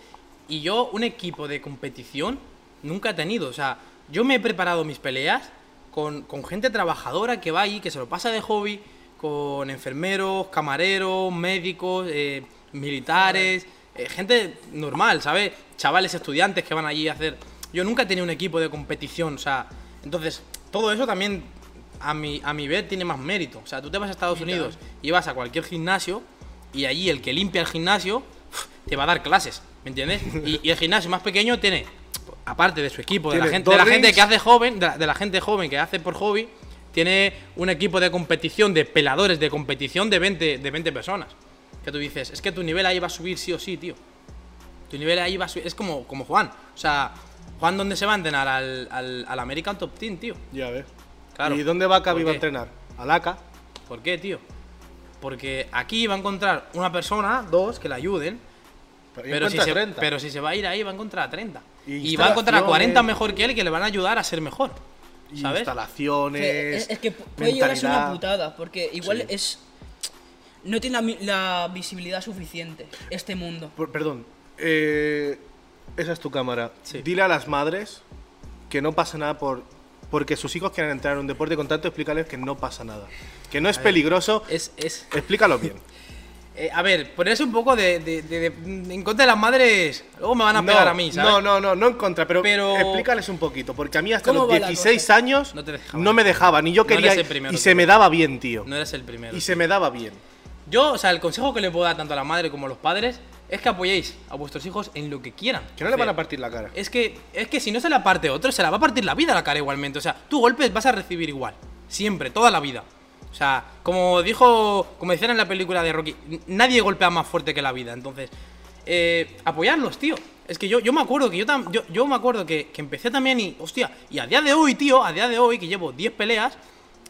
Y yo, un equipo de competición, nunca he tenido. O sea, yo me he preparado mis peleas con, con gente trabajadora que va ahí, que se lo pasa de hobby, con enfermeros, camareros, médicos, eh, militares, eh, gente normal, ¿sabes? Chavales estudiantes que van allí a hacer. Yo nunca he tenido un equipo de competición, o sea. Entonces, todo eso también, a mi, a mi ver, tiene más mérito. O sea, tú te vas a Estados Unidos y vas a cualquier gimnasio y allí el que limpia el gimnasio te va a dar clases, ¿me entiendes? Y, y el gimnasio más pequeño tiene, aparte de su equipo, de la Tiene gente, de la dos gente rings. que hace joven, de la, de la gente joven que hace por hobby, tiene un equipo de competición, de peladores de competición de 20, de 20 personas. Que tú dices, es que tu nivel ahí va a subir sí o sí, tío. Tu nivel ahí va a subir, es como, como Juan. O sea, Juan, ¿dónde se va a entrenar? Al, al, al American Top Team, tío. Ya ves. Claro. ¿Y dónde va Cavi ¿Por va a qué? entrenar? Al ACA. ¿Por qué, tío? Porque aquí va a encontrar una persona, dos, que la ayuden, Pero, Pero si, encuentra se, 30. pero si se va a ir ahí, va a encontrar a 30. Y Y, va a encontrar a 40 instalaciones. mejor que él que le van a ayudar a ser mejor. Y ¿Sabes? instalaciones. es, es que pu- puede llegar a ser una mentalidad. putada, porque igual Sí. es... No tiene la, mi- la visibilidad suficiente este mundo. Por- perdón. eh, esa es tu cámara. Sí. Dile a las madres que no pasa nada por porque sus hijos quieran entrar en un Eh, deporte con tanto explícales que no pasa nada. Que no es peligroso. Es, es, Explícalo bien. Eh, a ver, ponerse un poco de, de- de- de- en contra de las madres, luego me van a pegar a mí, ¿sabes? No, no, no, no en contra, pero, Pero- explícales un poquito, porque a mí hasta ¿Cómo los va la 16 cosa? años No te dejaban. no me dejaban y yo No quería eres el primero, y tú. se me daba bien, tío. No eres el primero. Y se me daba bien. Yo, o sea, el consejo que le puedo dar tanto a la madre como a los padres es que apoyéis a vuestros hijos en lo que quieran. Que no le van a hacer. partir la cara. Es que, es que si no se la parte otro, se la va a partir la vida la cara igualmente. O sea, tú golpes vas a recibir igual. Siempre, toda la vida. O sea, como dijo, como decían en la película de Rocky, n- nadie golpea más fuerte que la vida. Entonces, eh, apoyarlos, tío. Es que yo, yo me acuerdo que yo, tam- yo, yo me acuerdo que, que empecé también y, hostia, y a día de hoy, tío, a día de hoy, que llevo 10 peleas,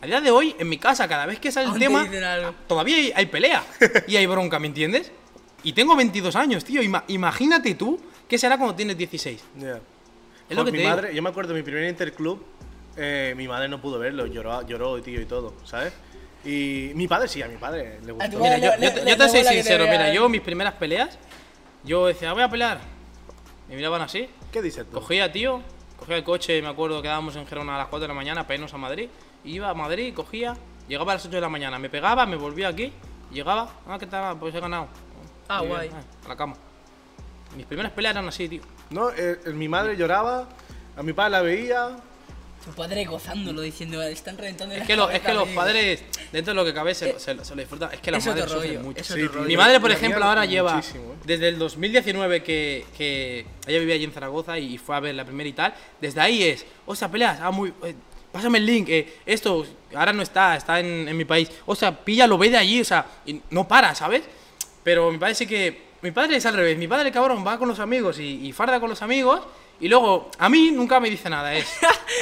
a día de hoy, en mi casa, cada vez que sale el Aún te tema, dicen algo. todavía hay, hay pelea y hay bronca, ¿me entiendes? Y tengo 22 años, tío. Ima- imagínate tú qué será cuando tienes 16. Ya. Es lo Pues mi que te digo. madre, yo me acuerdo de mi primer interclub, eh, mi madre no pudo verlo, lloró, lloró, tío, y todo, ¿sabes? Y mi padre sí, a mi padre le tu gustó. madre- Mira, yo, le- yo te- le- yo te le soy mola que te sincero, mira, vean. yo mis primeras peleas, yo decía, voy a pelear. Me miraban así, ¿Qué dices tú? cogía, tío, cogía el coche, me acuerdo que quedábamos en Gerona a las 4 de la mañana para irnos a Madrid. Iba a Madrid, cogía, llegaba a las 8 de la mañana, me pegaba, me volvía aquí, llegaba, ah, ¿qué tal? Pues he ganado. Ah, Muy guay. bien, ah, A la cama. Mis primeras peleas eran así, tío. No, eh, eh, mi madre lloraba, a mi padre la veía. Tu padre gozándolo diciendo, están reventando Es la que, lo- es cabeza, que los amigo". padres, dentro de lo que cabe, se, lo- se, lo- se lo disfrutan. Es que las Es otro madres sufren rollo, mucho. es otro tío. rollo. Mi madre, por La ejemplo, mía ahora lleva muchísimo, ¿eh? desde el 2019 que, que ella vivía allí en Zaragoza y fue a ver la primera y tal. Desde ahí es, o sea, peleas, ah, muy, eh, pásame el link, eh, esto ahora no está, está en, en mi país. O sea, píllalo, ve de allí, o sea, y no para, ¿sabes? Pero mi padre sí que, mi padre es al revés, mi padre cabrón va con los amigos y, y farda con los amigos. Y luego, a mí nunca me dice nada, es.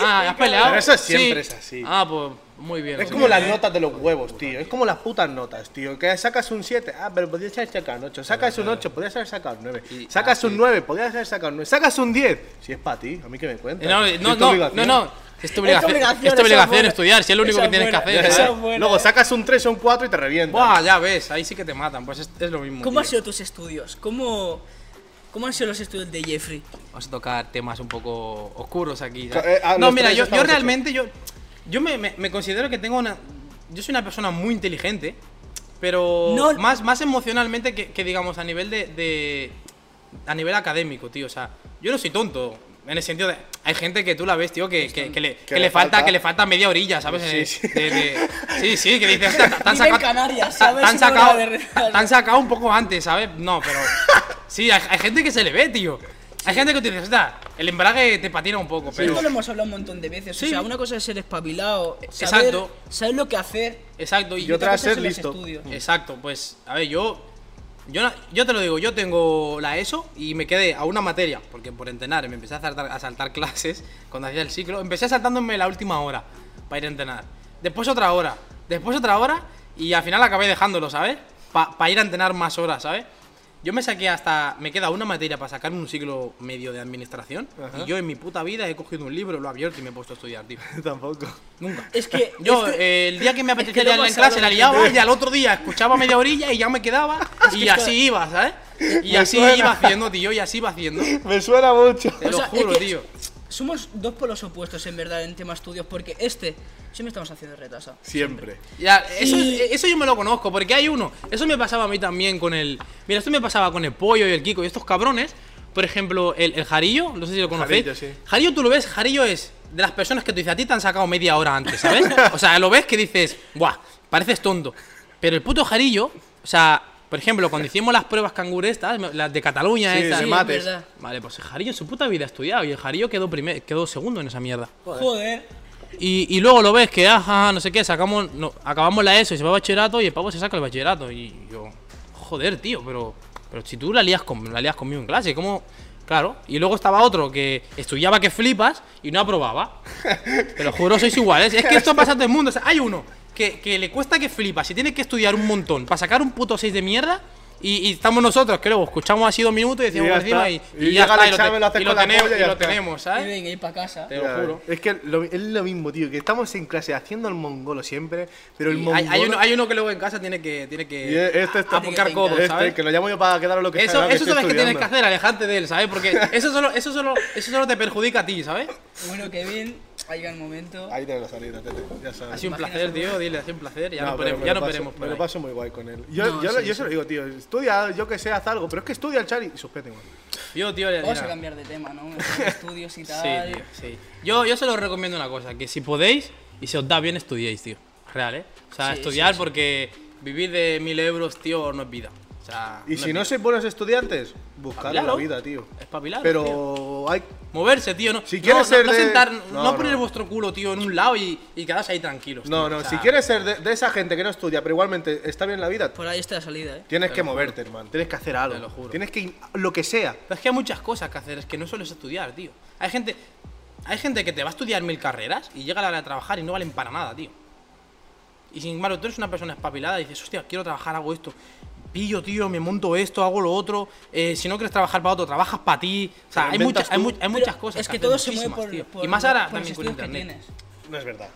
Ah, has peleado. Pero eso Sí. siempre es así. Ah, pues muy bien. Es Sí. como las notas de los huevos, tío. Es como las putas notas, tío. Que sacas un 7, ah, pero podías haber sacado un 8. Sacas un 8, podías haber sacado un 9. Y- ah, Sacas así un es. 9, podías haber sacado un 9. Sacas un 10. Si es para ti, a mí que me cuentas. Eh, No, Si es no, tu no, no, obligación. no. Es tu Es tu obligación, obligación, es tu esa obligación buena. estudiar, si es lo único Esa que tienes que buena, hacer. esa ¿sabes? buena. Bueno, Luego eh. sacas un 3 o un 4 y te revientas. Buah, ya ves, ahí sí que te matan, pues es, es lo mismo. ¿Cómo han tío. sido tus estudios? ¿Cómo, ¿Cómo han sido los estudios de Jeffrey? Vamos a tocar temas un poco oscuros aquí. Co- ¿sabes? eh, a no, los mira, tres yo, yo estamos realmente, yo, yo me, me- me considero que tengo una... Yo soy una persona muy inteligente, pero No. más, más emocionalmente que, que, digamos a nivel de, de- A nivel académico, tío. O sea, yo no soy tonto. En el sentido de... Hay gente que tú la ves, tío, que, que, que le, que le falta, que le falta media orilla, ¿sabes? Sí, Eh, sí. de- de- sí, sí, que dices... "Hostia, te han Vive en sacado- Canarias, te han- ¿sabes? te han No sacado- la de- te han sacado un poco antes, ¿sabes? No, pero. Sí, hay, hay gente que se le ve, tío. Hay gente que te dice, "Hostia, el embrague te patina un poco, pero. Esto lo hemos hablado un montón de veces. O Sí. sea, una cosa es ser espabilado, eh, saber, Exacto. saber lo que hacer. Exacto, y Yo otra tras cosa ser son los listo. estudios. Exacto, pues, a ver, yo. Yo, no- yo te lo digo, yo tengo la ESO y me quedé a una materia, porque por entrenar me empecé a saltar, a saltar clases cuando hacía el ciclo. Empecé saltándome la última hora para ir a entrenar. Después otra hora, después otra hora y al final acabé dejándolo, ¿sabes? Para ir a entrenar más horas, ¿sabes? Yo me saqué hasta. Me queda una materia para sacar un ciclo medio de administración Ajá. y yo en mi puta vida he cogido un libro, lo he abierto y me he puesto a estudiar, tío. Tampoco. Nunca. Es que este, Yo, esto- eh, el día que me que apetecía liarla no en vas a clase, la hablar liaba y al otro día escuchaba media orilla y ya me quedaba. Y así iba, ¿sabes? Y Me así suena. iba haciendo, tío, y así iba haciendo. Me suena mucho. Te O lo sea, es juro, que- tío. Somos dos polos opuestos en verdad en tema estudios, porque este siempre estamos haciendo retraso. Siempre. Ya, eso, Y- eso yo me lo conozco, porque hay uno. Eso me pasaba a mí también con el. Mira, esto me pasaba con el pollo y el Kiko y estos cabrones. Por ejemplo, el, el Jarillo, no sé si lo conocéis. Jarillo, sí. Jarillo, tú lo ves, Jarillo es de las personas que tú dices, a ti te han sacado media hora antes, ¿sabes? o sea, lo ves que dices, ¡buah! Pareces tonto. Pero el puto Jarillo, o sea, por ejemplo, cuando hicimos las pruebas cangurestas, las de Cataluña, Sí, estas. de es mates. verdad. Vale, pues el Jarillo en su puta vida ha estudiado y el Jarillo quedó, primer, quedó segundo en esa mierda. Joder. Y, y luego lo ves que, ajá, no sé qué, sacamos, no, acabamos la ESO y se va a bachillerato y el pavo se saca el bachillerato. Y yo, joder, tío, pero, pero si tú la lías, con, la lías conmigo en clase, ¿cómo? Claro. Y luego estaba otro que estudiaba que flipas y no aprobaba. Te lo juro, sois iguales. Es que esto pasa a todo el mundo. O sea, hay uno que, que le cuesta que flipas y tiene que estudiar un montón para sacar un puto 6 de mierda. Y, y estamos nosotros que luego escuchamos así dos minutos y decimos Y ya por encima está. y, Y y ya llega está. el Y lo, examen, lo haces te- y lo con la tenemos, polla y y ya lo está. tenemos, Y ¿sabes? venga, ir para casa. Te lo Ya, juro. Es que lo- es lo mismo, tío, que estamos en clase haciendo el mongolo siempre, pero el Y Hay, mongolo... hay uno, hay uno que luego en casa tiene que, tiene que Y e- este está- apuntar Tiene que codos, Este, ¿sabes? que lo llamo yo para quedar lo que Eso, eso es sabes lo que tienes que hacer, alejarte de él, ¿sabes? Porque eso solo, eso solo, eso solo te perjudica a ti, ¿sabes? Bueno, Kevin, Ha llegado el momento. Ahí tienes la salida, Tete, ya sabes. Ha sido Imagínate, un placer, ¿no? tío, dile, ha sido un placer. Ya No, nos pero veremos, me ya lo nos paso- veremos por Me lo ahí. paso muy guay con él. Yo, No, yo, sí, yo sí. se lo digo, tío. Estudia, yo que sé, haz algo. Pero es que estudia el Charlie y suspende, igual. Yo, tío, le- Vamos a mira. cambiar de tema, ¿no? Mejor Estudios y tal. Sí, tío, sí. Yo, yo se los recomiendo una cosa, que si podéis y se os da bien, estudiéis, tío. Real, ¿eh? O sea, Sí, estudiar sí, sí. porque vivir de mil euros, tío, no es vida. O sea, Y es si no vida. sois buenos estudiantes, buscad la Claro. vida, tío. Espabilaros, tío. Pero hay. Moverse, tío. No, Si no- quieres no- ser no de- sentar- No, no no. poner vuestro culo, tío, en un lado y, y quedaros ahí tranquilos. No, tío. no, Pues O sea, si quieres ser de, de esa gente que no estudia, pero igualmente está bien la vida, Por ahí está la salida, ¿eh? tienes Te que lo juro. moverte, hermano. Tienes que hacer algo. Te lo juro. Tienes que. in- Lo que sea. Pero es que hay muchas cosas que hacer, es que no solo es estudiar, tío. Hay gente, hay gente que te va a estudiar mil carreras y llega a la hora de trabajar y no valen para nada, tío. Y sin embargo, tú eres una persona espabilada y dices, hostia, quiero trabajar, hago esto. Pillo, tío, me monto esto, hago lo otro. Eh, si no quieres trabajar para otro, trabajas para ti. O sea, Te lo hay, muchas, inventas hay, tú. mu- hay Pero muchas cosas. Es que hacer, todo se mueve muchísimas, por, tío. por- Y más ahora por los también con estudios que internet. tienes. No es verdad.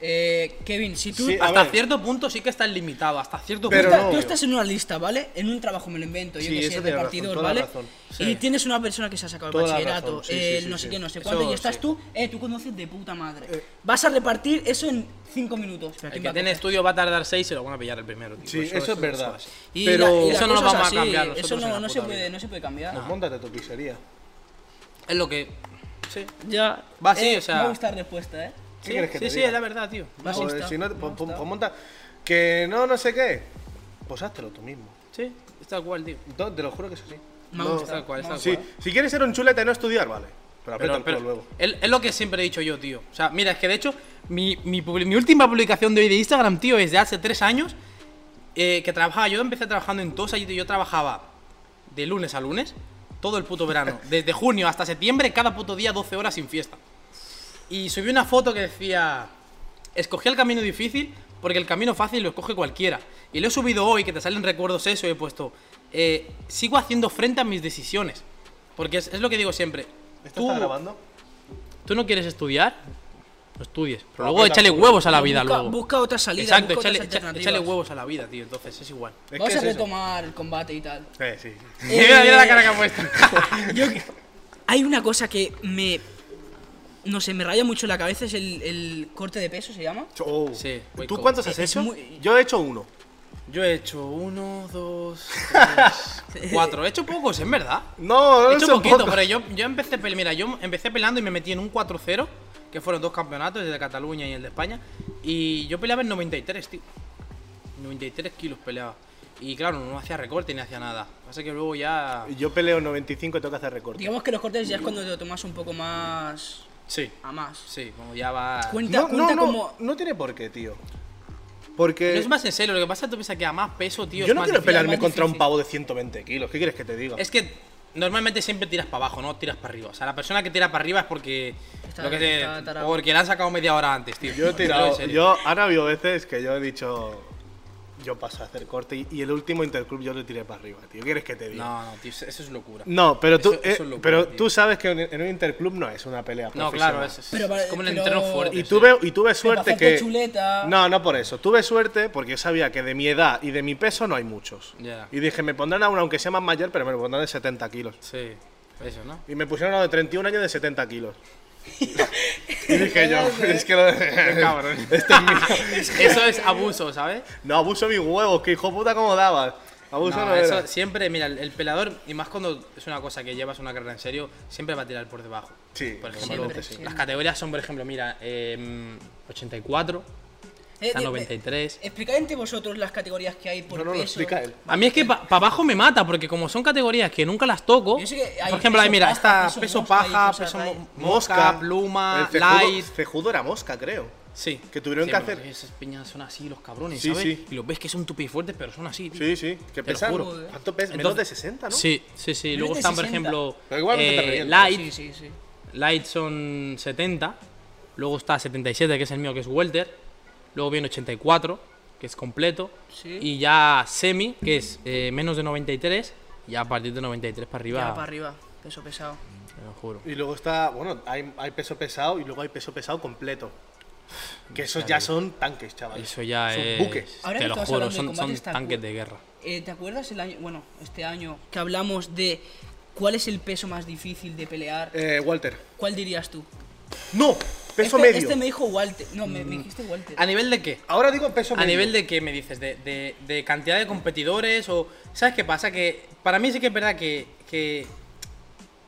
Eh, Kevin, si tú, Sí, a Hasta ver. cierto punto sí que estás limitado, hasta cierto Pero tú punto. estás- no. tú estás en una lista, ¿vale? En un trabajo me lo invento, yo Sí, que eso sé, tiene razón, repartidor, toda la ¿vale? razón. Y Sí. tienes una persona que se ha sacado el Toda la bachillerato, razón, sí, eh, sí, sí, no sé sí. qué, no sé Eso cuánto, y estás sí. tú, eh, tú conoces de puta madre. Vas a repartir eso en 5 minutos. Pero El ¿quién que va a tiene coger? estudio va a tardar seis y se lo van a pillar el primero, tío. Sí, eso es verdad. así. Y Pero- la- y la Eso no lo cosa es vamos a así, cambiar Eso nosotros en no, la no, se puta puede, vida. no se puede cambiar. Pues móntate tu pizzería. Es lo que. Ah, Sí. Ya. Va así, eh, o sea- Me gusta la respuesta, ¿eh? ¿Qué quieres que sí, te sí, diga? es la verdad, tío. Vas Joder, insta. si no, pues, pues- pues monta. Que no, no sé qué. Pues háztelo tú mismo. Sí, es tal cual, tío. No, te lo juro que es así. Me No, Es tal cual, es Ah, tal si, cual. si quieres ser un chuleta y no estudiar, vale. Pero aprieta Pero, el pero culo luego. es, es lo que siempre he dicho yo, tío. O sea, mira, es que de hecho, mi, mi publi- mi última publicación de hoy de Instagram, tío, es de hace tres años eh, que trabajaba. Yo empecé trabajando en Tosa y yo trabajaba de lunes a lunes, todo el puto verano. Desde junio hasta septiembre, cada puto día 12 horas sin fiesta. Y subí una foto que decía, escogí el camino difícil porque el camino fácil lo escoge cualquiera. Y lo he subido hoy, que te salen recuerdos eso, y he puesto, eh, sigo haciendo frente a mis decisiones. Porque es, es lo que digo siempre. ¿Esto Tú, está grabando? tú no quieres estudiar, no estudies. No, Pero luego aprieta el échale culo. huevos a la vida busca, luego. Busca otra salida. Exacto, busca otras échale, echa- alternativas. échale huevos a la vida, tío. Entonces es igual. Es Vamos que a es eso. retomar el combate y tal. Eh, sí, sí. mira, mira la cara que ha puesto. Yo- hay una cosa que me. No sé, me raya mucho la cabeza, es el, el corte de peso, ¿se llama? Oh. Sí, muy ¿Tú cool. cuántos has Es hecho? muy- Yo he hecho uno. Yo he hecho uno, dos, tres, cuatro. He hecho pocos, en verdad. No, no He hecho son poquito, pocos. pero yo, yo empecé pe- mira, yo empecé peleando y me metí en un 4-0, que fueron dos campeonatos, el de Cataluña y el de España. Y yo peleaba en 93, tío. 93 kilos peleaba. Y claro, no hacía recorte ni hacía nada. Pasa que luego ya. Yo peleo 95 y tengo que hacer recorte. Digamos que los cortes ya es cuando te lo tomas un poco más. Sí. a más. Sí, como ya va. Cuenta, No, no, cuenta no, como. no tiene por qué, tío. Porque Pero es más en serio, lo que pasa es que tú piensas que a más peso, tío. yo es no más quiero difícil, pelearme más contra un difícil. pavo de 120 kilos. ¿Qué quieres que te diga? Es que normalmente siempre tiras para abajo, no tiras para arriba. O sea, la persona que tira para arriba es porque. Está- lo que te- está tarado. porque la han sacado media hora antes, tío. Yo he Te lo digo en tirado. serio. Yo, han habido veces que yo he dicho. Yo paso a hacer corte y, y el último interclub yo lo tiré para arriba, tío. ¿Qué quieres que te diga? No, no, tío, eso eso es locura. No, pero tú, Eso- eso eh, es locura, pero tío. tú sabes que en, en un interclub no es una pelea. No, profesional. claro, es, es- Pero es vale, como un pero- entreno fuerte. Y sí. tuve, y tuve Pero para suerte hacerte que. chuleta. No, no por eso. Tuve suerte porque yo sabía que de mi edad y de mi peso no hay muchos. Ya. Y dije, me pondrán a uno, aunque sea más mayor, pero me lo pondrán de 70 kilos. Sí, eso, ¿no? Y me pusieron a uno de 31 años de 70 kilos. y dije yo, es que lo de... este cabrón. eso es abuso, ¿sabes? No, abuso mis huevos, que hijo puta cómo dabas. Abuso no, No, eso era. siempre, mira, el, el pelador, y más cuando es una cosa que llevas una carrera en serio, siempre va a tirar por debajo. Sí, por ejemplo, normalmente sí. las categorías son, por ejemplo, mira, em, 84, Eh, está eh, 93. Explicad entre vosotros las categorías que hay por No, no, lo peso. explica él. A mí es que para abajo me mata, porque como son categorías que nunca las toco, Yo sé que hay por ejemplo, ahí peso mira, paja, está peso peso mosca y paja, cosas peso ahí. mo- mosca, pluma, El cejudo- light. Cejudo era mosca, creo. Sí. Que tuvieron Sí, que pero hacer- Esas piñas son así, los cabrones, Sí, ¿sabes? sí. Y los ves que son tupifuertes, pero son así, tío. Sí, sí, que Te lo pesan. juro. eh. ¿Cuánto pesan? Menos de Entonces- 60, ¿no? Sí, sí, sí. Menos Luego de están, por 60. ejento, Pero igualmente te eh, revientas. light, Sí, sí, sí. light son 70. Luego está 77, que es el mío, que es welter. Luego viene 84, que es completo. Sí. Y ya semi, que es eh, menos de 93. Ya a partir de 93 para arriba. Ya para arriba, peso pesado. Te lo juro. Y luego está, bueno, hay, hay peso pesado y luego hay peso pesado completo. Que esos ya son tanques, chaval. Eso ya son es. buques. Ahora que te lo estabas juro, hablando de son, combate son está tanques cool. de guerra. Eh, ¿Te acuerdas el año, bueno, este año que hablamos de cuál es el peso más difícil de pelear? Eh, Walter. ¿Cuál dirías tú? ¡No! Peso este, medio. Mm. este me dijo Walter. No, me, me dijiste Walter. ¿A nivel de qué? Ahora digo peso ¿A medio. nivel de qué me dices? ¿De, de- de cantidad de competidores? o ¿Sabes qué pasa? Que para mí sí que es verdad que, que,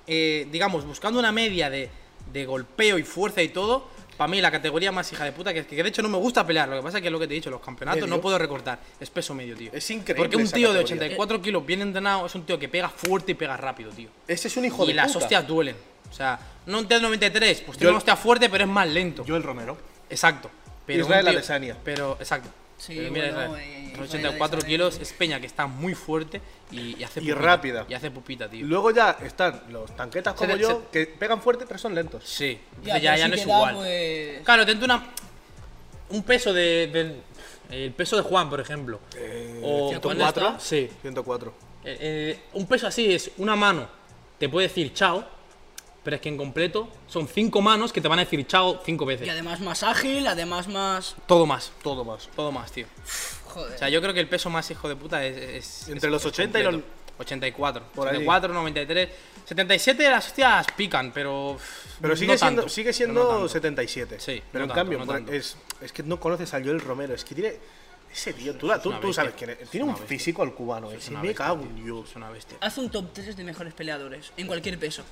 eh, digamos, buscando una media de, de golpeo y fuerza y todo, para mí la categoría más hija de puta, que, que de hecho no me gusta pelear, lo que pasa es que es lo que te he dicho, los campeonatos Medio. no puedo recortar, es peso medio, tío. Es increíble Porque un esa tío de categoría. 84 kilos bien entrenado es un tío que pega fuerte y pega rápido, tío. Ese es un hijo y de las puta. hostias duelen. O sea, no un TED 93, pues Yo- tiene una hostia fuerte, pero es más lento. Yo el Romero. Exacto. Pero Israel un tío- Adesanya. Pero, exacto. Sí, Pero mira, bueno, Israel, eh, con Israel 84 Adesanya. kilos, es Peña que está muy fuerte y, y hace Y rápida. Y hace pupita, tío. Luego ya están los tanquetas como Se- yo, que pegan fuerte pero son lentos. Sí. Entonces Ya, Ya, pero ya sí no que es da, igual. pues- Claro, tento una. Un peso de. del- el peso de Juan, por ejemplo. o ¿cuánto está? Sí. 104. Eh, eh, un peso así es una mano, te puede decir chao, pero es que en completo son cinco manos que te van a decir chao cinco veces. Y además más ágil, además más. Todo más, Todo más. todo más, tío. Joder. O sea, yo creo que el peso más hijo de puta es. es- Entre es- los es 80 y los- completo. 84. Por ahí. 84, 93. 77 las hostias pican, pero. Pero no sigue siendo, tanto, sigue pero no siendo tanto. 77. Sí, pero en no tanto, cambio, no por- tanto. es, es que no conoces al Joel Romero. Es que tiene. Ese tío, tú, la- tú- una tú bestia. sabes quién es. Es Tiene una un bestia. físico al cubano. Es Es una me bestia, cago tío. en Dios. Es una bestia. Haz un top 3 de mejores peleadores, en cualquier peso.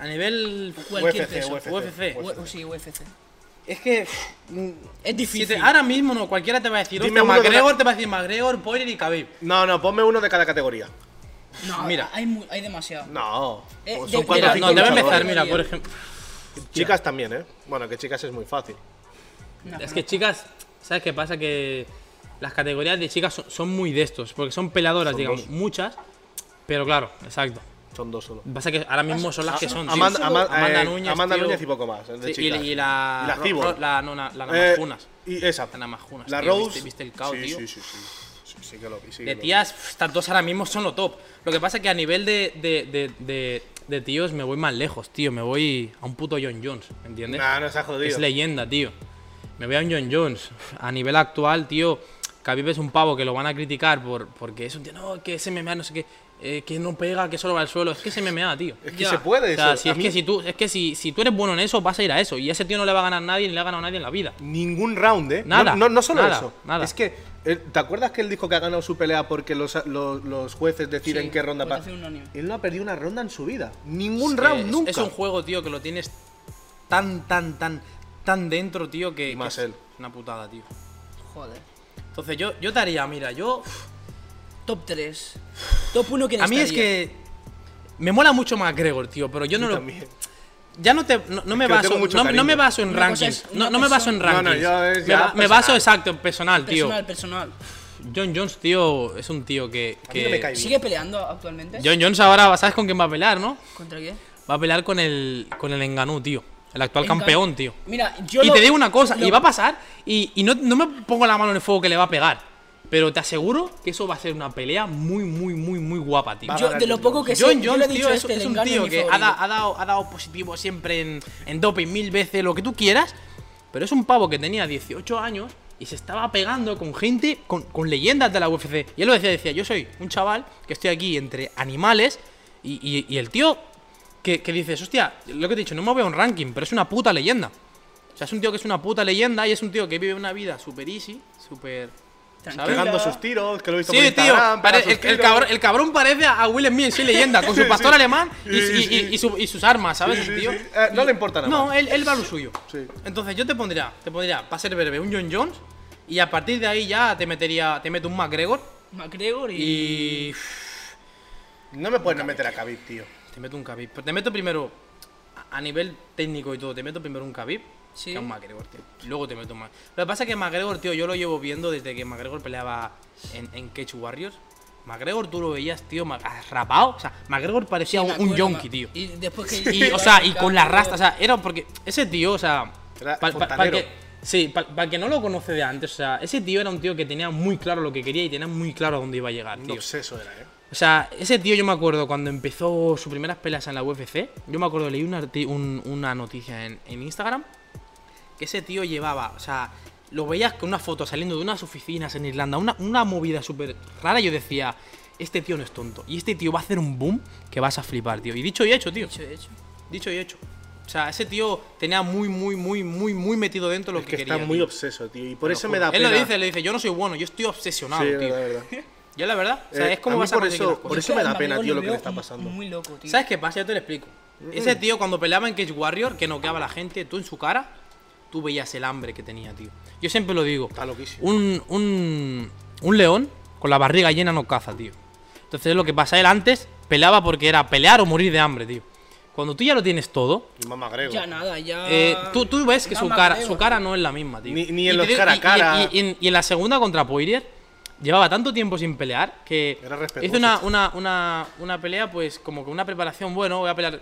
A nivel. Cualquier UFC, peso. UFC. UFC. U- sí, UFC. Es que. Es difícil. si te- Mm, ahora mismo no, cualquiera te va a decir. Dime hostia, uno de la- McGregor te va a decir McGregor, Poirier y Khabib. No, no, ponme uno de cada categoría. No, Mira. mira. Hay, mu- hay demasiado. No. Eh, son de- cuatro Mira, o cinco Mira, no, te voy a luchadores. empezar, mira, por ejemplo. Chicas también, ¿eh? Bueno, que chicas es muy fácil. No, Es no. que chicas, ¿sabes qué pasa? Que las categorías de chicas son, son muy de estos, porque son peladoras, Son digamos, dos. muchas, pero claro, exacto. Son dos solo. Lo que Pasa es que ahora mismo son las que son. tío. Amanda, Ama- Amanda eh, Núñez. Amanda tío. Núñez y poco más. es de Sí, y, chicas. y la. Y la Ro- Cibor. Ro- La, no, na- la Eh, Namajunas. y esa. La Namajunas, La tío, Rose. ¿viste- viste el caos, sí, tío? Sí, sí, sí. Sí, sí que lo vi. sí que De lo vi. tías, pff, estas dos ahora mismo son lo top. Lo que pasa es que a nivel de, de, de, de- de tíos me voy más lejos, tío. Me voy a un puto John Jones, ¿entiendes? Nah, no se ha jodido. ¿eh? Es leyenda, tío. Me voy a un John Jones. A nivel actual, tío, Khabib es un pavo que lo van a criticar por, porque es un tío, no, que es MMA, no sé qué, eh, que no pega, que solo va al suelo. Es que es MMA, tío. Es que Ya. se puede O sea, eso. si A es, mí que si tú, es que si, si tú eres bueno en eso, vas a ir a eso. Y ese tío no le va a ganar a nadie, ni le ha ganado a nadie en la vida. Ningún round, ¿eh? Nada, No, no, no solo nada, eso. nada. Es que. eh, ¿Te acuerdas que él dijo que ha ganado su pelea porque los, los, los jueces deciden Sí, qué ronda pues pa- hace un anime. Él no ha perdido una ronda en su vida. Ningún Es que round es- nunca. Es un juego, tío, que lo tienes tan, tan, tan, tan dentro, tío, que. Y más que es él. Una putada, tío. Joder. Entonces yo, yo te haría, mira, yo. Top 3. Top 1 que A mí es que. Me mola mucho más Gregor, tío, pero yo no lo. También. Ya no te no, no me que le baso tengo mucho no, no me cariño. baso en Una cosa rankings. es una No, no me baso en persona- rankings. No, no, yo es ya me, ba- me personal. baso exacto en personal, tío. Personal, personal. John Jones, tío, es un tío que, A mí que- no me cae bien. ¿Sigue peleando actualmente? John Jones ahora sabes con quién va a pelear, ¿no? ¿Contra qué? Va a pelear con el con el Enganú, tío. El actual Engan- campeón, tío. Mira, yo y lo- te digo una cosa, lo- y va a pasar y, y no, no me pongo la mano en el fuego que le va a pegar, pero te aseguro que eso va a ser una pelea muy muy muy muy guapa, tío. Va a Yo, ganar de lo John poco que sé, John yo le he Jones, dicho tío, a es, este, es le un engano tío mi que ha, favorito. da- ha dado, ha dado positivo siempre en, en doping mil veces, lo que tú quieras, pero es un pavo que tenía 18 años y se estaba pegando con gente, con, con leyendas de la UFC. Y él lo decía, decía, yo soy un chaval que estoy aquí entre animales y, y- y el tío que, que dices, hostia, lo que te he dicho, no me veo un ranking, pero es una puta leyenda. O sea, es un tío que es una puta leyenda y es un tío que vive una vida super easy, super... Tranquilo. Pegando sus tiros, que lo he visto por Sí, tío. Instagram, pega pare- sus el, el tiros. cabrón, el cabrón parece a Will Smith, sí, leyenda, con su pastor alemán y, Sí, y- sí. y- y su- y sus armas, ¿sabes? Sí, sí, el tío? sí. Eh, no le importa nada No, más. él, él va a lo suyo. Sí. Entonces yo te pondría, te pondría, para ser breve, un John Jones y a partir de ahí ya te metería, te meto un McGregor McGregor y... Mm. y No me pueden meter a Khabib, tío. te meto un Khabib. Pero te meto primero a- a nivel técnico y todo, te meto primero un Khabib. Sí. Que a un McGregor, tío. Y Luego te meto más. Lo que pasa es que McGregor, tío, yo lo llevo viendo desde que McGregor peleaba en, en Cage Warriors. McGregor tú lo veías, tío, ma- rapado. O sea, McGregor parecía Sí, un, me un acuerdo, yonki, ma- tío. Y después que... Y, o sea, y con la rasta, o sea, era porque ese tío, o sea, Era para fontanero. que, sí, pa- pa' que no lo conoce de antes, o sea, ese tío era un tío que tenía muy claro lo que quería y tenía muy claro a dónde iba a llegar, Un tío. obseso era, ¿eh? O sea, ese tío yo me acuerdo cuando empezó sus primeras peleas en la UFC, yo me acuerdo, leí una, arti- un- una noticia en, en Instagram que ese tío llevaba, o sea, lo veías con una foto saliendo de unas oficinas en Irlanda, una, una movida súper rara, yo decía, este tío no es tonto, y este tío va a hacer un boom que vas a flipar, tío. Y dicho y hecho, tío. Hecho, hecho. Dicho y hecho. O sea, ese tío tenía muy, muy, muy, muy, muy metido dentro lo Es que, que quería. está muy tío. obseso, tío. Y por Te lo eso juro. me da Él pena. lo dice, le dice, yo no soy bueno, yo estoy obsesionado, Sí, tío. la verdad. Yo la verdad, o sea, Eh, es como a mí vas a por conseguir eso- las cosas. por Yo eso es me a da mi pena, amigo tío, lo que le le veo está mu- pasando. Muy loco, tío. ¿Sabes qué pasa? Yo te lo explico. Ese tío, cuando peleaba en Cage Warrior, que noqueaba a la gente, tú en su cara, tú veías el hambre que tenía, tío. Yo siempre lo digo. Está loquísimo. Un, un, un león con la barriga llena no caza, tío. Entonces, lo que pasa, él antes peleaba porque era pelear o morir de hambre, tío. Cuando tú ya lo tienes todo, Y mamá Grego. Ya nada, ya. eh, tú, tú ves que Ya su me cara, creo, su cara no es la misma, tío. Ni- ni Y en te los digo- cara a y- y- cara. Y, en- y en la segunda contra Poirier, llevaba tanto tiempo sin pelear que Era respetuoso. hizo una, una, una, una pelea, pues como que una preparación, bueno, voy a pelear.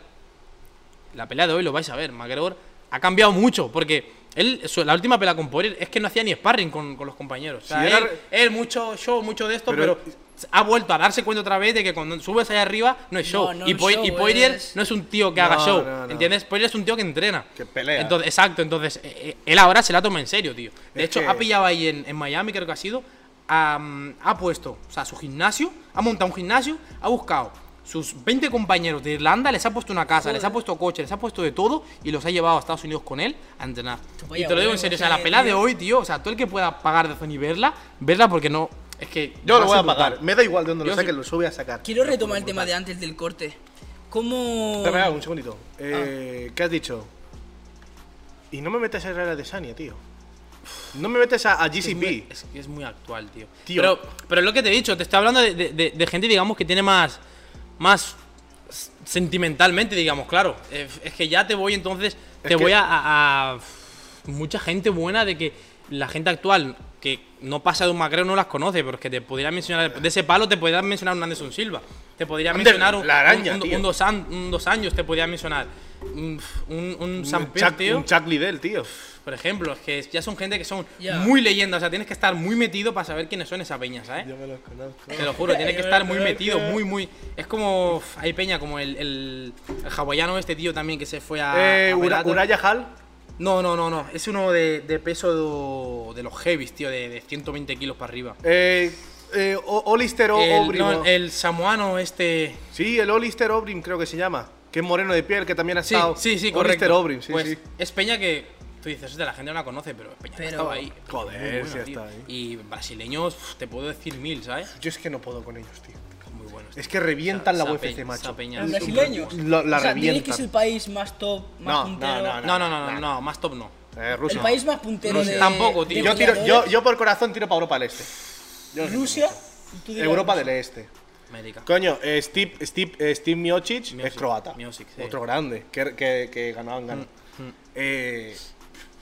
La pelea de hoy lo vais a ver, McGregor ha cambiado mucho porque él, su- la última pelea con Poirier es que no hacía ni sparring con, con los compañeros. O sea, Sí, era él, re- él mucho show, mucho de esto, Pero- pero, ha vuelto a darse cuenta otra vez de que cuando subes ahí arriba no es No, show. no y, es Poi- show, y Poirier es- no es un tío que No, haga show, no, no. ¿entiendes? Poirier es un tío que entrena. Que pelea. Entonces, exacto, entonces eh, eh, él ahora se la toma en serio, tío. De Es hecho, que- ha pillado ahí en, en Miami, creo que ha sido, ha, mm, ha puesto, o sea, su gimnasio, ha montado un gimnasio, ha buscado sus 20 compañeros de Irlanda, les ha puesto una casa, les ha puesto coche, les ha puesto de todo y los ha llevado a Estados Unidos con él a entrenar. Vaya y te lo digo en huevo, serio, o o sea, sea, la pelea de tío. hoy, tío, o sea, todo el que pueda pagar de Sony verla, verla porque no, es que... Yo va lo voy a ser brutal. pagar. Me da igual de dónde lo Yo saquen, sí- lo voy a sacar. Quiero retomar el tema de antes del corte. ¿Cómo. Espera, espera, un segundito. Eh, ¿Qué has dicho? Y no me metes a Herrera de Sania, tío. No me metes a, a Es muy, GCP. es que es muy actual, tío. Tío. Pero, pero lo que te he dicho, te estoy hablando de, de- de- de gente, digamos, que tiene más. Más s- sentimentalmente, digamos, claro. Eh, Es que ya te voy entonces. te que- voy a, a- a- Mucha gente buena de que la gente actual que no pasa de un macreo no las conoce, pero es que te podría mencionar. De ese palo te podría mencionar un Anderson Silva. Te podría Ander- mencionar un, la araña, un, un- tío. un dos, an- un dos años, te podría mencionar. Un, un, un San Un Pierre, Chuck- tío Un Chuck Liddell, tío. por ejemplo, es que ya son gente que son Ya. muy leyendas, o sea, tienes que estar muy metido para saber quiénes son esa peña, ¿sabes? me los conozco. Te lo juro, tienes que Yo estar me muy acuerdo metido, que- muy, muy... Es como, uf, hay peña, como el, el, el hawaiano este tío también que se fue a... Eh, a Ura- Bellator. Uraya Hall. No, no, no, no, es uno de, de peso do- de los heavies, tío, de, de 120 kilos para arriba. Eh, eh, O- Olister o- el, Obrim. no, ¿no? el samoano este... Sí, el Olister Obrim creo que se llama. Que es moreno de piel, que también ha Sí, estado. sí, sí, correcto. Olister Obrim, sí, Pues, sí. Es peña que tú dices, de la gente no la conoce, pero es peña que Pero- estaba ahí. Joder, Muy sí, tío. está ahí. Y brasileños, uf, te puedo decir mil, ¿sabes? Yo es que no puedo con ellos, tío. Muy buenos. Es que revientan la Esa- esa UFC, peña- macho. esa peña ¿Los es un- brasileños? La- la o sea, diréis que revientan. es el país más top, más No, no, puntero. no, No, no, no, no, no, más top no. Eh, Rusia. El país más ¿eh? puntero Rusia. de. Tampoco, de tío. Yo, tiro, yo, peleadores. yo por corazón tiro para Europa del Este. Yo no sé Rusia. mucho. y tú dirás Europa Rusia. del Este. América. Coño, eh, Steve, Steve, eh, Steve Miocic, es Miocic, croata. Miocic, sí. Mm, Otro grande, que, que, que ganaban, ganó. Eh,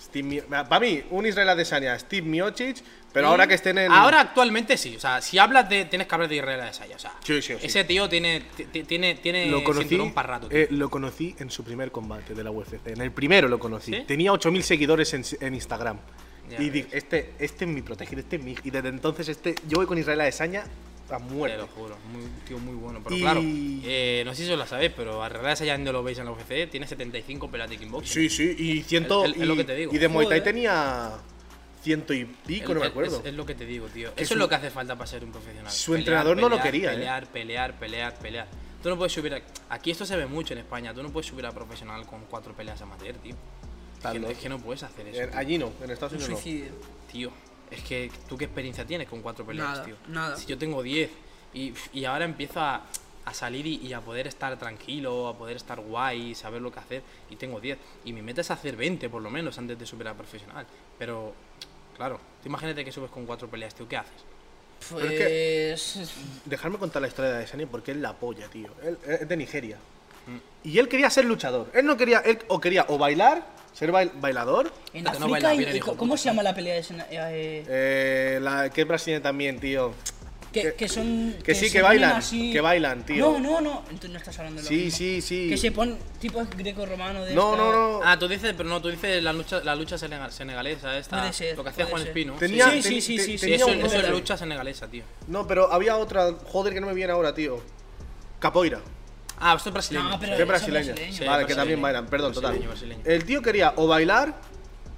Steve Mio- para mí, un Israel Adesanya, Steve Miocic, pero ahora que estén en... Ahora actualmente sí, o sea, si hablas de. Tienes que hablar de Israel Adesanya, o sea. Sí, sí, sí. Ese tío tiene. ti- ti- Tiene. Tiene. lo conocí, cinturón para rato, tío. eh, lo conocí en su primer combate de la UFC. En el primero lo conocí. ¿Sí? Tenía 8.000 seguidores en, en Instagram. Ya y ves. dije, este, este es mi protegido, este es mi... Y desde entonces este, yo voy con Israel Adesanya a Te lo muerte. juro, muy, un tío muy bueno. Pero Y- claro, eh, no sé si os lo sabéis, pero a realidad ya no lo veis en la UFC, tiene 75 peleas de Sí, kickboxing. sí, y ciento. Es- es- es lo que te digo. Y de Muay Thai Joder. tenía ciento y pico, Es- no me es- acuerdo. Es, es lo que te digo, tío. Que Eso su- es lo que hace falta para ser un profesional. su entrenador no lo quería, ¿eh? Pelear, pelear, pelear, pelear. Tú no puedes subir. A... Aquí esto se ve mucho en España. Tú no puedes subir a profesional con cuatro peleas amateur, tío. Tan Gente, loco. es que no puedes hacer eso. En- Eh, allí no, en Estados Un Unidos no. suicidio. Tío, es que tú qué experiencia tienes con cuatro peleas, Nada, tío. nada. Si yo tengo 10 y, y ahora empiezo a, a salir y, y a poder estar tranquilo, a poder estar guay, saber lo que hacer, y tengo 10. Y mi meta es hacer 20 por lo menos antes de superar profesional. Pero, claro, tú imagínate que subes con cuatro peleas, tío, ¿qué haces? Pues. es Dejarme contar la historia de Adesanya porque él la apoya, tío. Él es de Nigeria. Mm. Y él quería ser luchador. Él no quería, él o quería o bailar, ser bail- bailador. En Puta, que África, no baila y- bien el y hijo de ¿cómo puta. se llama la pelea de Sena- eh, eh, Eh, la, que es brasileña también, tío. que, que- que son. que sí, se que ponen bailan, así- que bailan, tío. No, no, no. Entonces no estás hablando de lo Sí, mismo. sí, sí. Que se ponen tipo greco-romano. de No, esta- no, no. Ah, tú dices, pero no, tú dices la lucha, la lucha senega- senegalesa esta. Puede ser, Ah, lo que hacía puede Juan ser. Espino. Tenía- Sí, sí, sí, ten- sí, te- sí, sí. sí, tenía eso, un eso es nombre. lucha senegalesa, tío. No, pero había otra, joder, que no me viene ahora, tío. Capoeira. Ah, esto es brasileño. No, pero- Que es son brasileña. brasileños. Sí, vale, que brasileño. también bailan, perdón, total. Brasileño, brasileño. El tío quería o bailar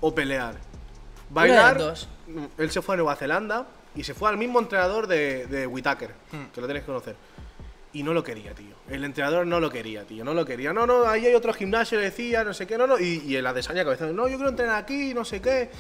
o pelear. de las Bailar. mm, dos. Él Hmm. se fue a Nueva Zelanda y se fue al mismo entrenador de, de Whitaker, que lo tenéis que conocer. Y no lo quería, tío. El entrenador no lo quería, tío. No lo quería. No, no, ahí hay otro gimnasio, le decía, no sé qué, no, no. Y, y el Adesanya cabezón, no, yo quiero entrenar aquí, no sé qué.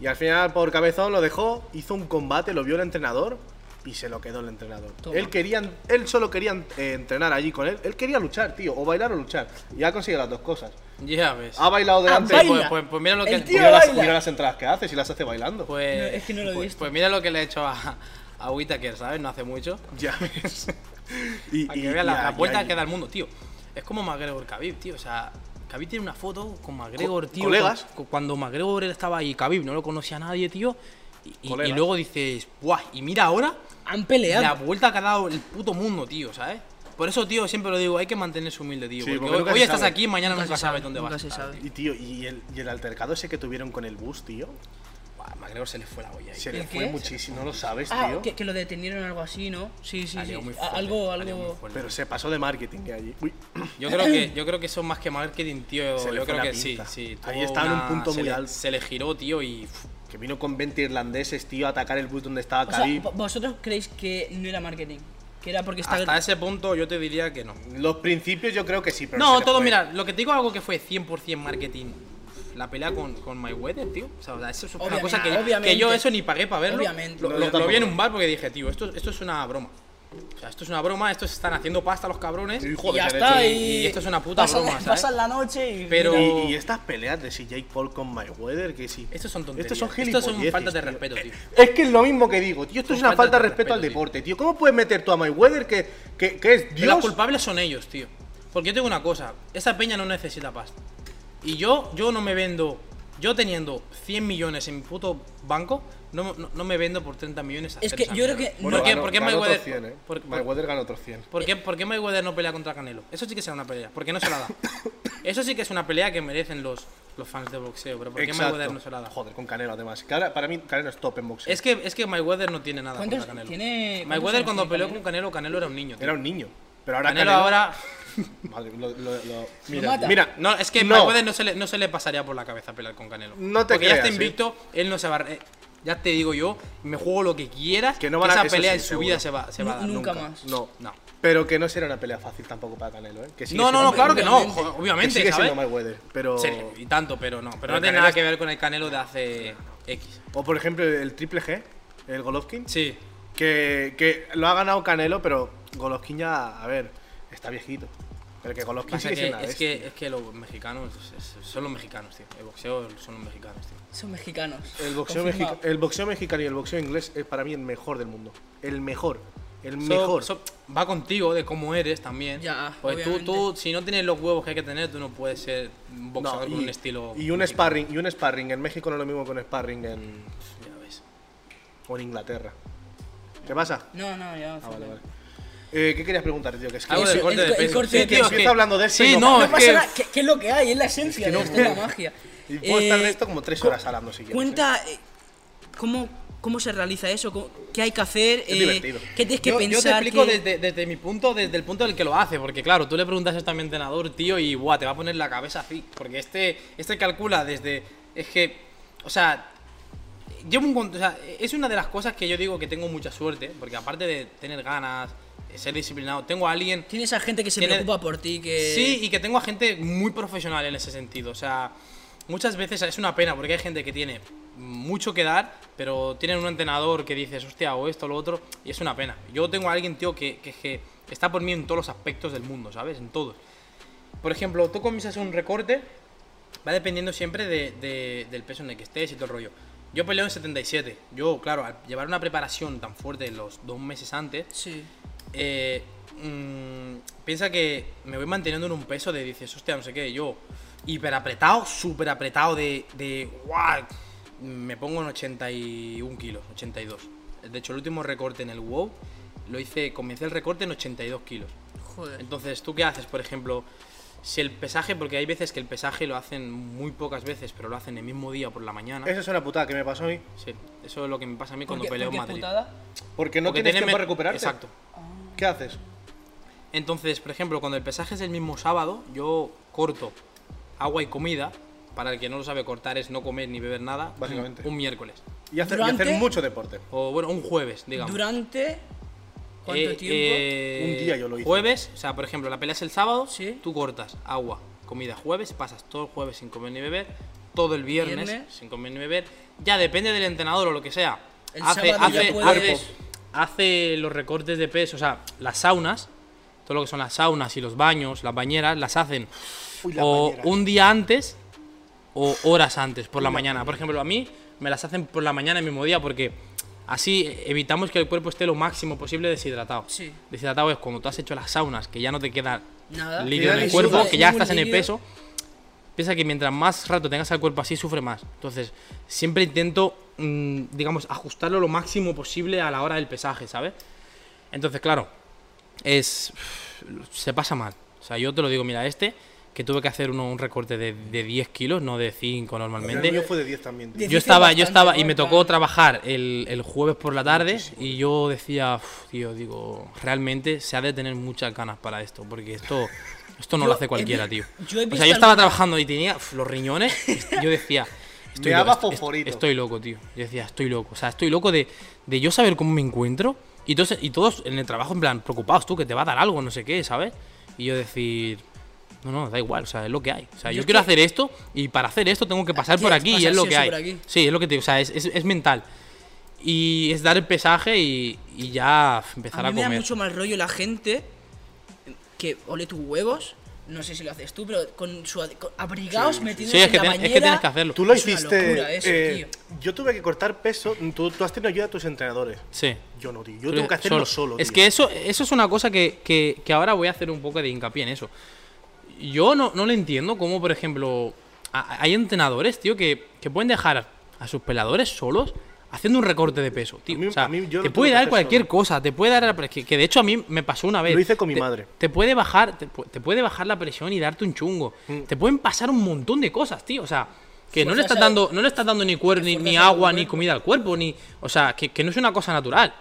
Y al final, por cabezón, lo dejó, hizo un combate, lo vio el entrenador y se lo quedó el entrenador. Toma. Él quería, él solo quería eh, entrenar allí con él. Él quería luchar, tío, o bailar o luchar. Y ha conseguido las dos cosas. Ya ves. Ha bailado delante. Ah, baila. Ah, pues, pues- pues mira lo que El tío Mira las, baila. mira las entradas que hace, si las hace bailando. Pues, No, es que no lo he pues- visto. pues mira lo que le he hecho a, a Whittaker, ¿sabes? No hace mucho. Ya ves. Y, Para que y- veas y la, la ahí- vuelta ahí- que da el mundo, tío. Es como McGregor Khabib, tío. O sea, Khabib tiene una foto con McGregor, Co- tío. colegas. cu- Cuando McGregor estaba ahí, Khabib no lo conocía a nadie, tío. Y, y- y Colegas. luego dices, ¡buah! Y mira ahora Han la peleado. vuelta que ha dado el puto mundo, tío, ¿sabes? Por eso, tío, siempre lo digo, hay que mantenerse humilde, tío. Sí, porque porque hoy, nunca hoy se estás sabe. aquí, mañana Nunca nunca, se sabes sabe, dónde nunca vas. a se estar, sabe. tío. Y tío, y el, y el altercado ese que tuvieron con el bus, tío, Buah, McGregor se le fue la olla ahí. se ¿El le fue qué? muchísimo, no lo sabes, Ah, ¿Este tío. que, que lo detenieron o algo así, ¿no? Sí, sí, La sí. lió muy A- fuerte, algo, la lió muy algo. fuerte. Pero se pasó de marketing allí. Uy, Yo creo que yo creo que eso más que marketing, tío. Se le yo fue creo la que sí, pinza. sí. Ahí tuvo estaba en un punto se muy le- alto. Se le giró, tío, y uf, que vino con 20 irlandeses, tío, a atacar el bus donde estaba O sea, Khabib. vo- vosotros creéis que no era marketing. Que era porque estaba. hasta ese punto yo te diría que no. Los principios yo creo que sí, pero se No, le todo, fue. mira, lo que te digo algo que fue 100% marketing. La pelea con, con Mayweather, tío. O sea, o sea, eso es una Obviamente, cosa que, obviamente. que yo eso ni pagué para verlo. Obviamente. Lo, No, lo- yo lo tampoco. vi en un bar porque dije, tío, esto, esto es una broma. O sea, esto es una broma, estos están haciendo pasta los cabrones. Sí, y joder, ya se le está, fue. y, hecho. Y- y esto es una puta pasan- broma, ¿sabes? Pasan la noche y. Pero- Y, y estas peleas de si Jake Paul con Mayweather, que sí. Estos son tonterías. Estos son Estos son gilipolleces, faltas de tío. respeto, tío. Es que es lo mismo que digo, tío. Esto Son es una falta de respeto, al tío. deporte, tío. ¿Cómo puedes meter tú a Mayweather que, que, que es Pero Los Dios? culpables son ellos, tío. Porque yo tengo una cosa, esa peña no necesita pasta. Y yo, yo no me vendo, yo teniendo 100 millones en mi puto banco, no, no, no me vendo por 30 millones a Es hacer que esa yo creo mierda. que- Bueno, ¿Por qué, ganó- por qué ganó otros Mayweather, 100, ¿eh? por- por- Mayweather ganó otros 100. por qué- por qué Mayweather no pelea contra Canelo? Eso sí que será una pelea, porque no se la da. Eso sí que es una pelea que merecen los, los fans de boxeo, pero ¿por qué Exacto. Mayweather no se la da? Joder, con Canelo además. Que ahora, para mí Canelo es top en boxeo. Es que, es que Mayweather no tiene nada ¿Cuántos contra Canelo. tiene- cuántos Mayweather años cuando tiene peleó Canelo? con Canelo, Canelo era un niño. tío. Era un niño. Pero ahora Canelo Canelo, ahora... Madre, lo- lo- lo- Lo mira, mata. tío. mira, No, es que no. Mayweather no se, le, no se le pasaría por la cabeza pelear con Canelo. No te Porque ya está creas, ¿eh? invicto, él no se va a re- Ya te digo yo, me juego lo que quieras, Que que, no van a- esa eso pelea sí, en su seguro. vida se va, se va a Nu- dar. nunca Nunca, más. No, No. Pero que no será una pelea fácil tampoco para Canelo, ¿eh? Que sigue No, no, no, siendo claro que no, Obviamente. jo- Mayweather. Que obviamente, sigue ¿sabes? siendo Mayweather, pero... Sí, y tanto, pero no. Pero, Pero no tiene Canelo nada es- que ver con el Canelo de hace X. O por ejemplo el Triple G, el Golovkin, Sí. que, que lo ha ganado Canelo, pero Golovkin ya, a ver, está viejito. Pero que Golovkin Pasa sigue que siendo ¿eh? una es, bestia. que, es que los mexicanos es- es- son los mexicanos, tío. El boxeo son los mexicanos, tío. Son mexicanos. El boxeo, Confirmado. eh. mexica- el boxeo mexicano y el boxeo inglés es para mí el mejor del mundo. El mejor. El So- mejor. so- va contigo de cómo eres también. Ya, Pues tú, tú, obviamente. si no tienes los huevos que hay que tener, tú no puedes ser un No, boxeador con un estilo. y un mexicano. sparring, y un sparring en México no es lo mismo que un sparring en, Ya ves. o en Inglaterra. ¿Qué pasa? No, no, ya. Ah, vale, vale. Eh, ¿qué querías preguntar, tío? Que es que, Algo Eso, del corte el- de el peso. corte de tío, peso. es que- Empieza hablando de eso y Sí, no no, No es pasa que. nada, ¿qué, qué es lo que hay? Es la esencia, no de esto, es la magia. y puedo estar de Eh, esto como tres cu- horas hablando si quieres, Cuenta eh, cómo, cómo se realiza eso, cómo- qué hay que hacer, eh, divertido. qué tienes que yo, yo te pensar. explico qué- desde, desde mi punto, desde el punto del que lo hace, porque claro, tú le preguntas esto a mi entrenador, tío, y buah, te va a poner la cabeza así, porque este, este calcula desde, es que, o sea, llevo un, cont- o sea, es una de las cosas que yo digo que tengo mucha suerte, porque aparte de tener ganas, de ser disciplinado, tengo a alguien Tienes a gente que se Tiene- preocupa por ti, que... Sí, y que tengo a gente muy profesional en ese sentido. O sea, muchas veces es una pena porque hay gente que tiene mucho que dar, pero tienen un entrenador que dices, hostia, o esto, o lo otro, y es una pena. Yo tengo a alguien, tío, que, que, que está por mí en todos los aspectos del mundo, ¿sabes? En todos. Por ejemplo, tú comienzas un recorte, va dependiendo siempre de- de- del peso en el que estés y todo el rollo. Yo peleo en 77. Yo, claro, al llevar una preparación tan fuerte los dos meses antes, Sí. eh, mm, piensa que me voy manteniendo en un peso de dices, hostia, no sé qué, yo hiper apretado, súper apretado de, de guau, me pongo en 81 kilos, 82. De hecho, el último recorte en el WOW lo hice, comencé el recorte en 82 kilos. Joder. Entonces, ¿tú qué haces, por ejemplo? Si el pesaje, porque hay veces que el pesaje lo hacen muy pocas veces, pero lo hacen el mismo día por la mañana. Eso ¿eh? es una putada que me pasó a mí. Sí, eso es lo que me pasa a mí ¿Por cuando qué- peleo por en qué Madrid. putada? Porque no Porque tienes tienen tiempo me- para recuperarte. Exacto. ¿Qué haces? Entonces, por ejemplo, cuando el pesaje es el mismo sábado, yo corto agua y comida. Para el que no lo sabe cortar es no comer ni beber nada. un- Básicamente. Un miércoles. Y hacer, y Durante- hacer mucho deporte. O bueno, un jueves, digamos. Durante Eh, ¿Cuánto tiempo? Un día yo lo hice. Jueves, o sea, por ejemplo, la pelea es el sábado, Sí. tú cortas agua, comida jueves, pasas todo el jueves sin comer ni beber, todo el viernes, Viernes. sin comer ni beber, ya depende del entrenador o lo que sea. El sábado ya puedes- hace los recortes de peso, o sea, las saunas, todo lo que son las saunas y los baños, las bañeras, las hacen Uy, la o bañera. un día antes o horas antes, por la mañana. Por ejemplo, a mí me las hacen por la mañana el mismo día porque así evitamos que el cuerpo esté lo máximo posible deshidratado. Sí. Deshidratado es cuando tú has hecho las saunas, que ya no te queda Nada. líquido Queda en el ni cuerpo, sudor. que ya Ningún estás en el líquido. peso. Piensa que mientras más rato tengas al cuerpo así, sufre más. Entonces, siempre intento, mm, digamos, ajustarlo lo máximo posible a la hora del pesaje, ¿sabes? Entonces, claro, es. Se pasa mal. O sea, yo te lo digo, mira, este, que tuve que hacer uno, un recorte de, de 10 kilos, no de 5 normalmente. El mío fue de 10 también. tío. De- Yo Difícil estaba, yo bastante, estaba, y ¿no? me En plan- tocó trabajar el, el jueves por la tarde y yo decía, "Uf, tío, digo, realmente se ha de tener muchas ganas para esto, porque esto, esto no Yo lo he hace cualquiera, vi- tío. yo he o visto sea, yo estaba alguna- trabajando y tenía uf, los riñones, y yo decía, estoy, daba loco, est- est- fosforito. estoy loco, tío. Yo decía, estoy loco. O sea, estoy loco de, de yo saber cómo me encuentro y todos, y todos en el trabajo, en plan, preocupados tú, que te va a dar algo, no sé qué, ¿sabes? Y yo decir... No, no, da igual, o sea, es lo que hay. O sea, Yo yo es quiero que- hacer esto y para hacer esto tengo que pasar por Tienes que aquí y pasar es lo sí o que sí hay. por aquí. Sí, es lo que te digo, o sea, es, es- es mental. Y es dar el pesaje y, y ya f- empezar a, a mí me da comer. mucho mal rollo la gente que ole tus huevos. No sé si lo haces tú, pero con su con- abrigaos metiéndose Sí, es que en la ten- es que bañera. tienes que hacerlo. Tú lo Es una hiciste. locura eso, eh, tío. yo tuve que cortar peso. Tú, tú has tenido ayuda a tus entrenadores. Sí. Yo no, tío. Yo tengo que hacerlo Solo. solo. es tío. que eso, eso es una cosa que, que- que ahora voy a hacer un poco de hincapié en eso. Yo no, no lo entiendo como, por ejemplo, a- a- hay entrenadores, tío, que, que pueden dejar a sus peladores solos haciendo un recorte de peso, tío. A mí- O sea, a mí yo lo te tuve puede que dar hacer cualquier solo. cosa, te puede dar... la- Que, que de hecho a mí me pasó una vez. Lo hice con mi Te- madre. Te puede bajar, te, pu- te puede bajar la presión y darte un chungo. Mm. Te pueden pasar un montón de cosas, tío. O sea, que no le Fuerzas estás a- dando, no le estás dando ni cuerpo, ni, fuerzas ni al agua, ni cuerpo. comida al cuerpo, ni. O sea, que, que no es una cosa natural.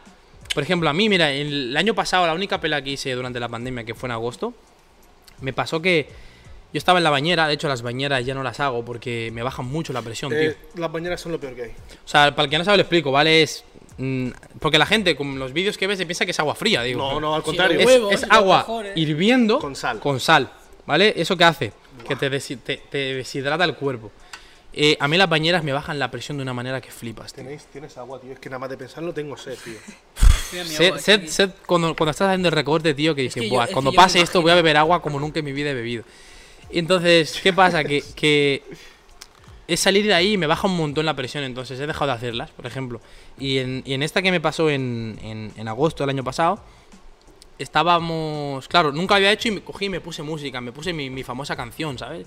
Por ejemplo, a mí, mira, el año pasado, la única pela que hice durante la pandemia, que fue en agosto, me pasó que yo estaba en la bañera. De hecho, las bañeras ya no las hago porque me bajan mucho la presión, tío. Eh, las bañeras son lo peor que hay. O sea, para el que no sabe, lo explico, ¿vale? Es. mm, porque la gente, con los vídeos que ve, se piensa que es agua fría, digo. No, no, al los contrario. Es, huevos, es ¿eh? los agua cojones. hirviendo Con sal. con sal, ¿Vale? ¿Eso qué hace? Que te, desi- te- te deshidrata el cuerpo. Eh, a mí las bañeras me bajan la presión de una manera que flipas, tío. Tenéis, tienes agua, tío. Es que nada más de pensarlo tengo sed, tío. Mira mi Sed, agua sed- aquí. sed cuando, cuando estás haciendo el recorte, tío, que dices, que yo- "Buah, es que cuando yo me pase esto voy a imagino". beber agua como nunca en mi vida he bebido. Entonces, ¿qué pasa? Que, que es salir de ahí y me baja un montón la presión, entonces he dejado de hacerlas, por ejemplo. Y en, y en esta que me pasó en, en- en agosto del año pasado, estábamos, claro, nunca había hecho y me cogí y me puse música, me puse mi, mi famosa canción, ¿sabes?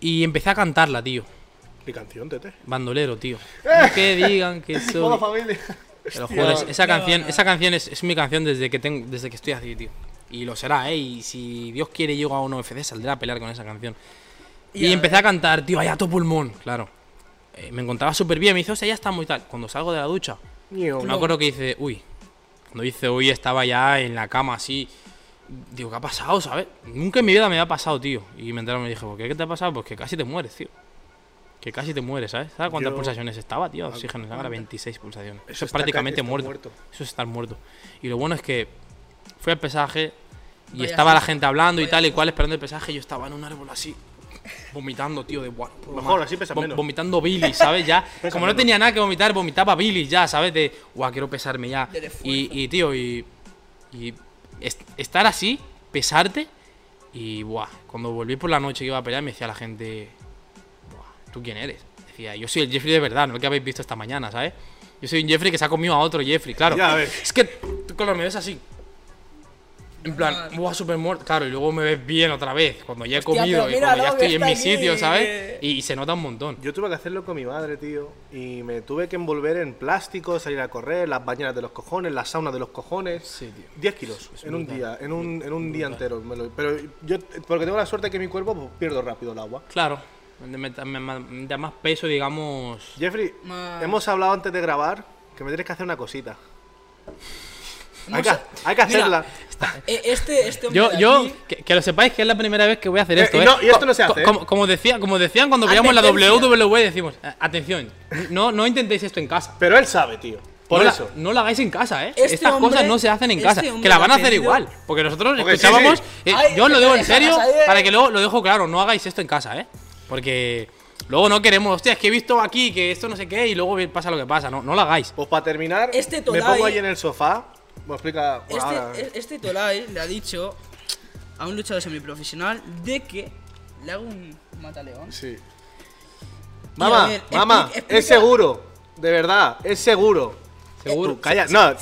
Y empecé a cantarla, tío. Mi canción, tete. Bandolero, tío. Que digan que soy... Hola, familia. Te lo Hostia. juro, es- Ya esa va, canción, ya va. esa canción es, es mi canción desde que tengo, desde que estoy así, tío. Y lo será, ¿eh? Y si Dios quiere llego a un UFC, saldré a pelear con esa canción. Y Ya, empecé a cantar, tío, allá a todo pulmón, claro. Eh, me encontraba súper bien, me dice, o sea, ya está muy tal. Cuando salgo de la ducha, Ño. me acuerdo que hice, uy. Cuando hice, uy, estaba ya en la cama así. Digo, ¿qué ha pasado, sabes? Nunca en mi vida me había pasado, tío. Y me entraron y me dije, ¿por qué? ¿Qué te ha pasado? Pues que casi te mueres, tío. Que casi te mueres, ¿sabes? ¿Sabes cuántas Yo- pulsaciones estaba, tío? Oxígeno en la sangre, 26 pulsaciones. Eso, es está ca- prácticamente está muerto. muerto. Eso es estar muerto. Y lo bueno es que fui al pesaje y Vaya estaba la susto, gente hablando y vaya tal y cual esperando el pesaje. y Yo estaba en un árbol así, vomitando, tío, de bueno. Mejor, así pesa menos. Vomitando Billy, ¿sabes? Ya. Pesa Como no menos. tenía nada que vomitar, vomitaba Billy ya, ¿sabes? De, guau, quiero pesarme ya. Del esfuerzo. Y, y, tío, y, y est- estar así, pesarte. Y, buah, cuando volví por la noche que iba a pelear, me decía la gente, buah, ¿tú quién eres? Decía, yo soy el Jeffrey de verdad, no el que habéis visto esta mañana, ¿sabes? Yo soy un Jeffrey que se ha comido a otro Jeffrey, claro. Ya ves. Es que tú cuando me ves así. En plan, Normal. buah, super muerto. Claro, y luego me ves bien otra vez, cuando ya he Hostia, comido pero y cuando míralo, ya que estoy en está mi aquí, sitio, ¿sabes? que- Y, y se nota un montón. Yo tuve que hacerlo con mi madre, tío, y me tuve que envolver en plástico, salir a correr, las bañeras de los cojones, las saunas de los cojones. Sí, tío. 10 kilos en un brutal, día, en un, en un día entero. me lo- pero yo, porque tengo la suerte que mi cuerpo pues, pierdo rápido el agua. Claro, me- me- me- me da más peso, digamos. Jeffrey, Ma- hemos hablado antes de grabar que me tienes que hacer una cosita. No Hay que, sé. hay que Mira, hacerla. eh, Este, este hombre Yo, de yo, aquí- que, que lo sepáis que es la primera vez que voy a hacer Eh, esto, y ¿eh? no- y esto no se Co- hace, ¿eh? Como, como decía, como decían cuando veíamos la "Eh, Advertencia. WWE, decimos, "A- atención, no, no intentéis esto en casa. Pero él sabe, tío. Por no eso. La, no la hagáis en casa, ¿eh? Este Estas hombre- cosas no se hacen en este casa. hombre Que la lo van a ha hacer pedido. igual. Porque nosotros Porque sí, escuchábamos. sí. eh, Ay, yo os lo que digo te en serio dejas ahí. para que luego lo dejo claro. No hagáis esto en casa, ¿eh? Porque luego no queremos. Hostia, es que he visto aquí que esto no sé qué y luego pasa lo que pasa. No, no lo hagáis. Pues para terminar, Este me Tolai- pongo ahí en el sofá. Me explica. bueno, ahora- Este, e- este Tolai le ha dicho a un luchador semiprofesional de que le hago un mataleón. Sí. Mira, Mamá, a ver, mamá, expli- es explica- seguro. De verdad, es seguro. Eh, Seguro. Tú, calla, no,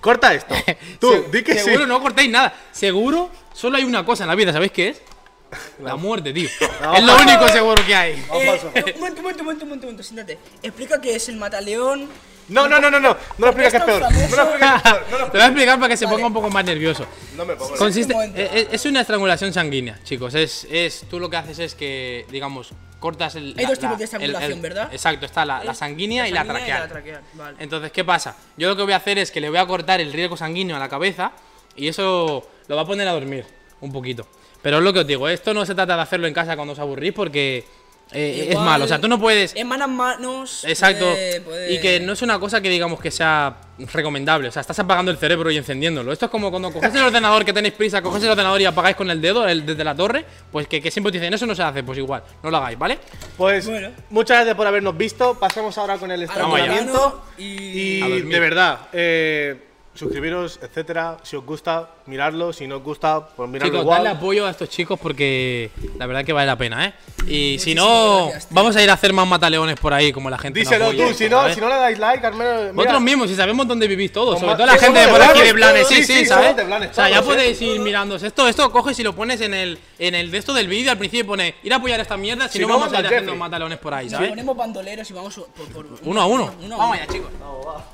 corta esto. Tú, Se- di que Seguro sí. no cortéis nada. Seguro solo hay una cosa en la vida, ¿sabéis qué es? La muerte, tío. No. Es lo único seguro que hay. Vamos Eh, al sofá. eh, un momento, un momento, un momento, un momento, un momento, siéntate. Explica qué es el mataleón. No, no, no, no, no. No lo explicas que es Esto peor. es No lo explicas que es peor. No lo Te voy a explicar para que se ponga un poco más nervioso. No me pongo. Consiste, momento. eh, eh, es una estrangulación sanguínea, chicos. Es, es, tú lo que haces es que, digamos, cortas el. Hay dos tipos de estrangulación, ¿verdad? Exacto, está la, la Es- sanguínea, y, la sanguínea traqueal. Vale. Entonces, ¿qué pasa? Yo lo que voy a hacer es que le voy a cortar el riesgo sanguíneo a la cabeza y eso lo va a poner a dormir un poquito. Pero es lo que os digo, esto no se trata de hacerlo en casa cuando os aburrís porque eh, es Igual, malo. O sea, tú no puedes. Emanan manos. eh, Exacto. puede- puede- Y que no es una cosa que digamos que sea recomendable. O sea, estás apagando el cerebro y encendiéndolo. Esto es como cuando coges el ordenador que tenéis prisa, coges el ordenador y apagáis con el dedo el- desde la torre. Pues que, que siempre te dicen, eso no se hace, pues igual, no lo hagáis, ¿vale? Pues Bueno. muchas gracias por habernos visto. Pasamos ahora con el Al verano estrangulamiento. y. Y A dormir. de verdad, eh, suscribiros, etcétera. Si os gusta, miradlo. Si no os gusta, pues miradlo Chicos, igual. dadle apoyo a estos chicos porque la verdad que vale la pena, ¿eh? Y si Muchísimas no, gracias, tío. vamos a ir a hacer más mataleones por ahí, como la gente. nos Díselo apoya, tú. Si no, ¿sabes? si no le dais like, al menos. mira, ¿eh? Vosotros mismos, si sabemos dónde vivís todos, Con sobre ma- todo la sí, gente de somos por de aquí de Blanes, Blanes, sí, todos, sí, sí, sí, ¿sabes? somos de Blanes, O sea, ya todos, podéis ¿eh? ir mirándose. Esto, esto coges y lo pones en el, en el de esto del vídeo al principio y pone ir a apoyar esta mierda, si, Si no, no, vamos a ir mata al haciendo Jeffrey. mataleones por ahí, Nos ¿sabes? ponemos bandoleros y vamos por, por- Uno a uno. uno a uno. Vamos allá, chicos.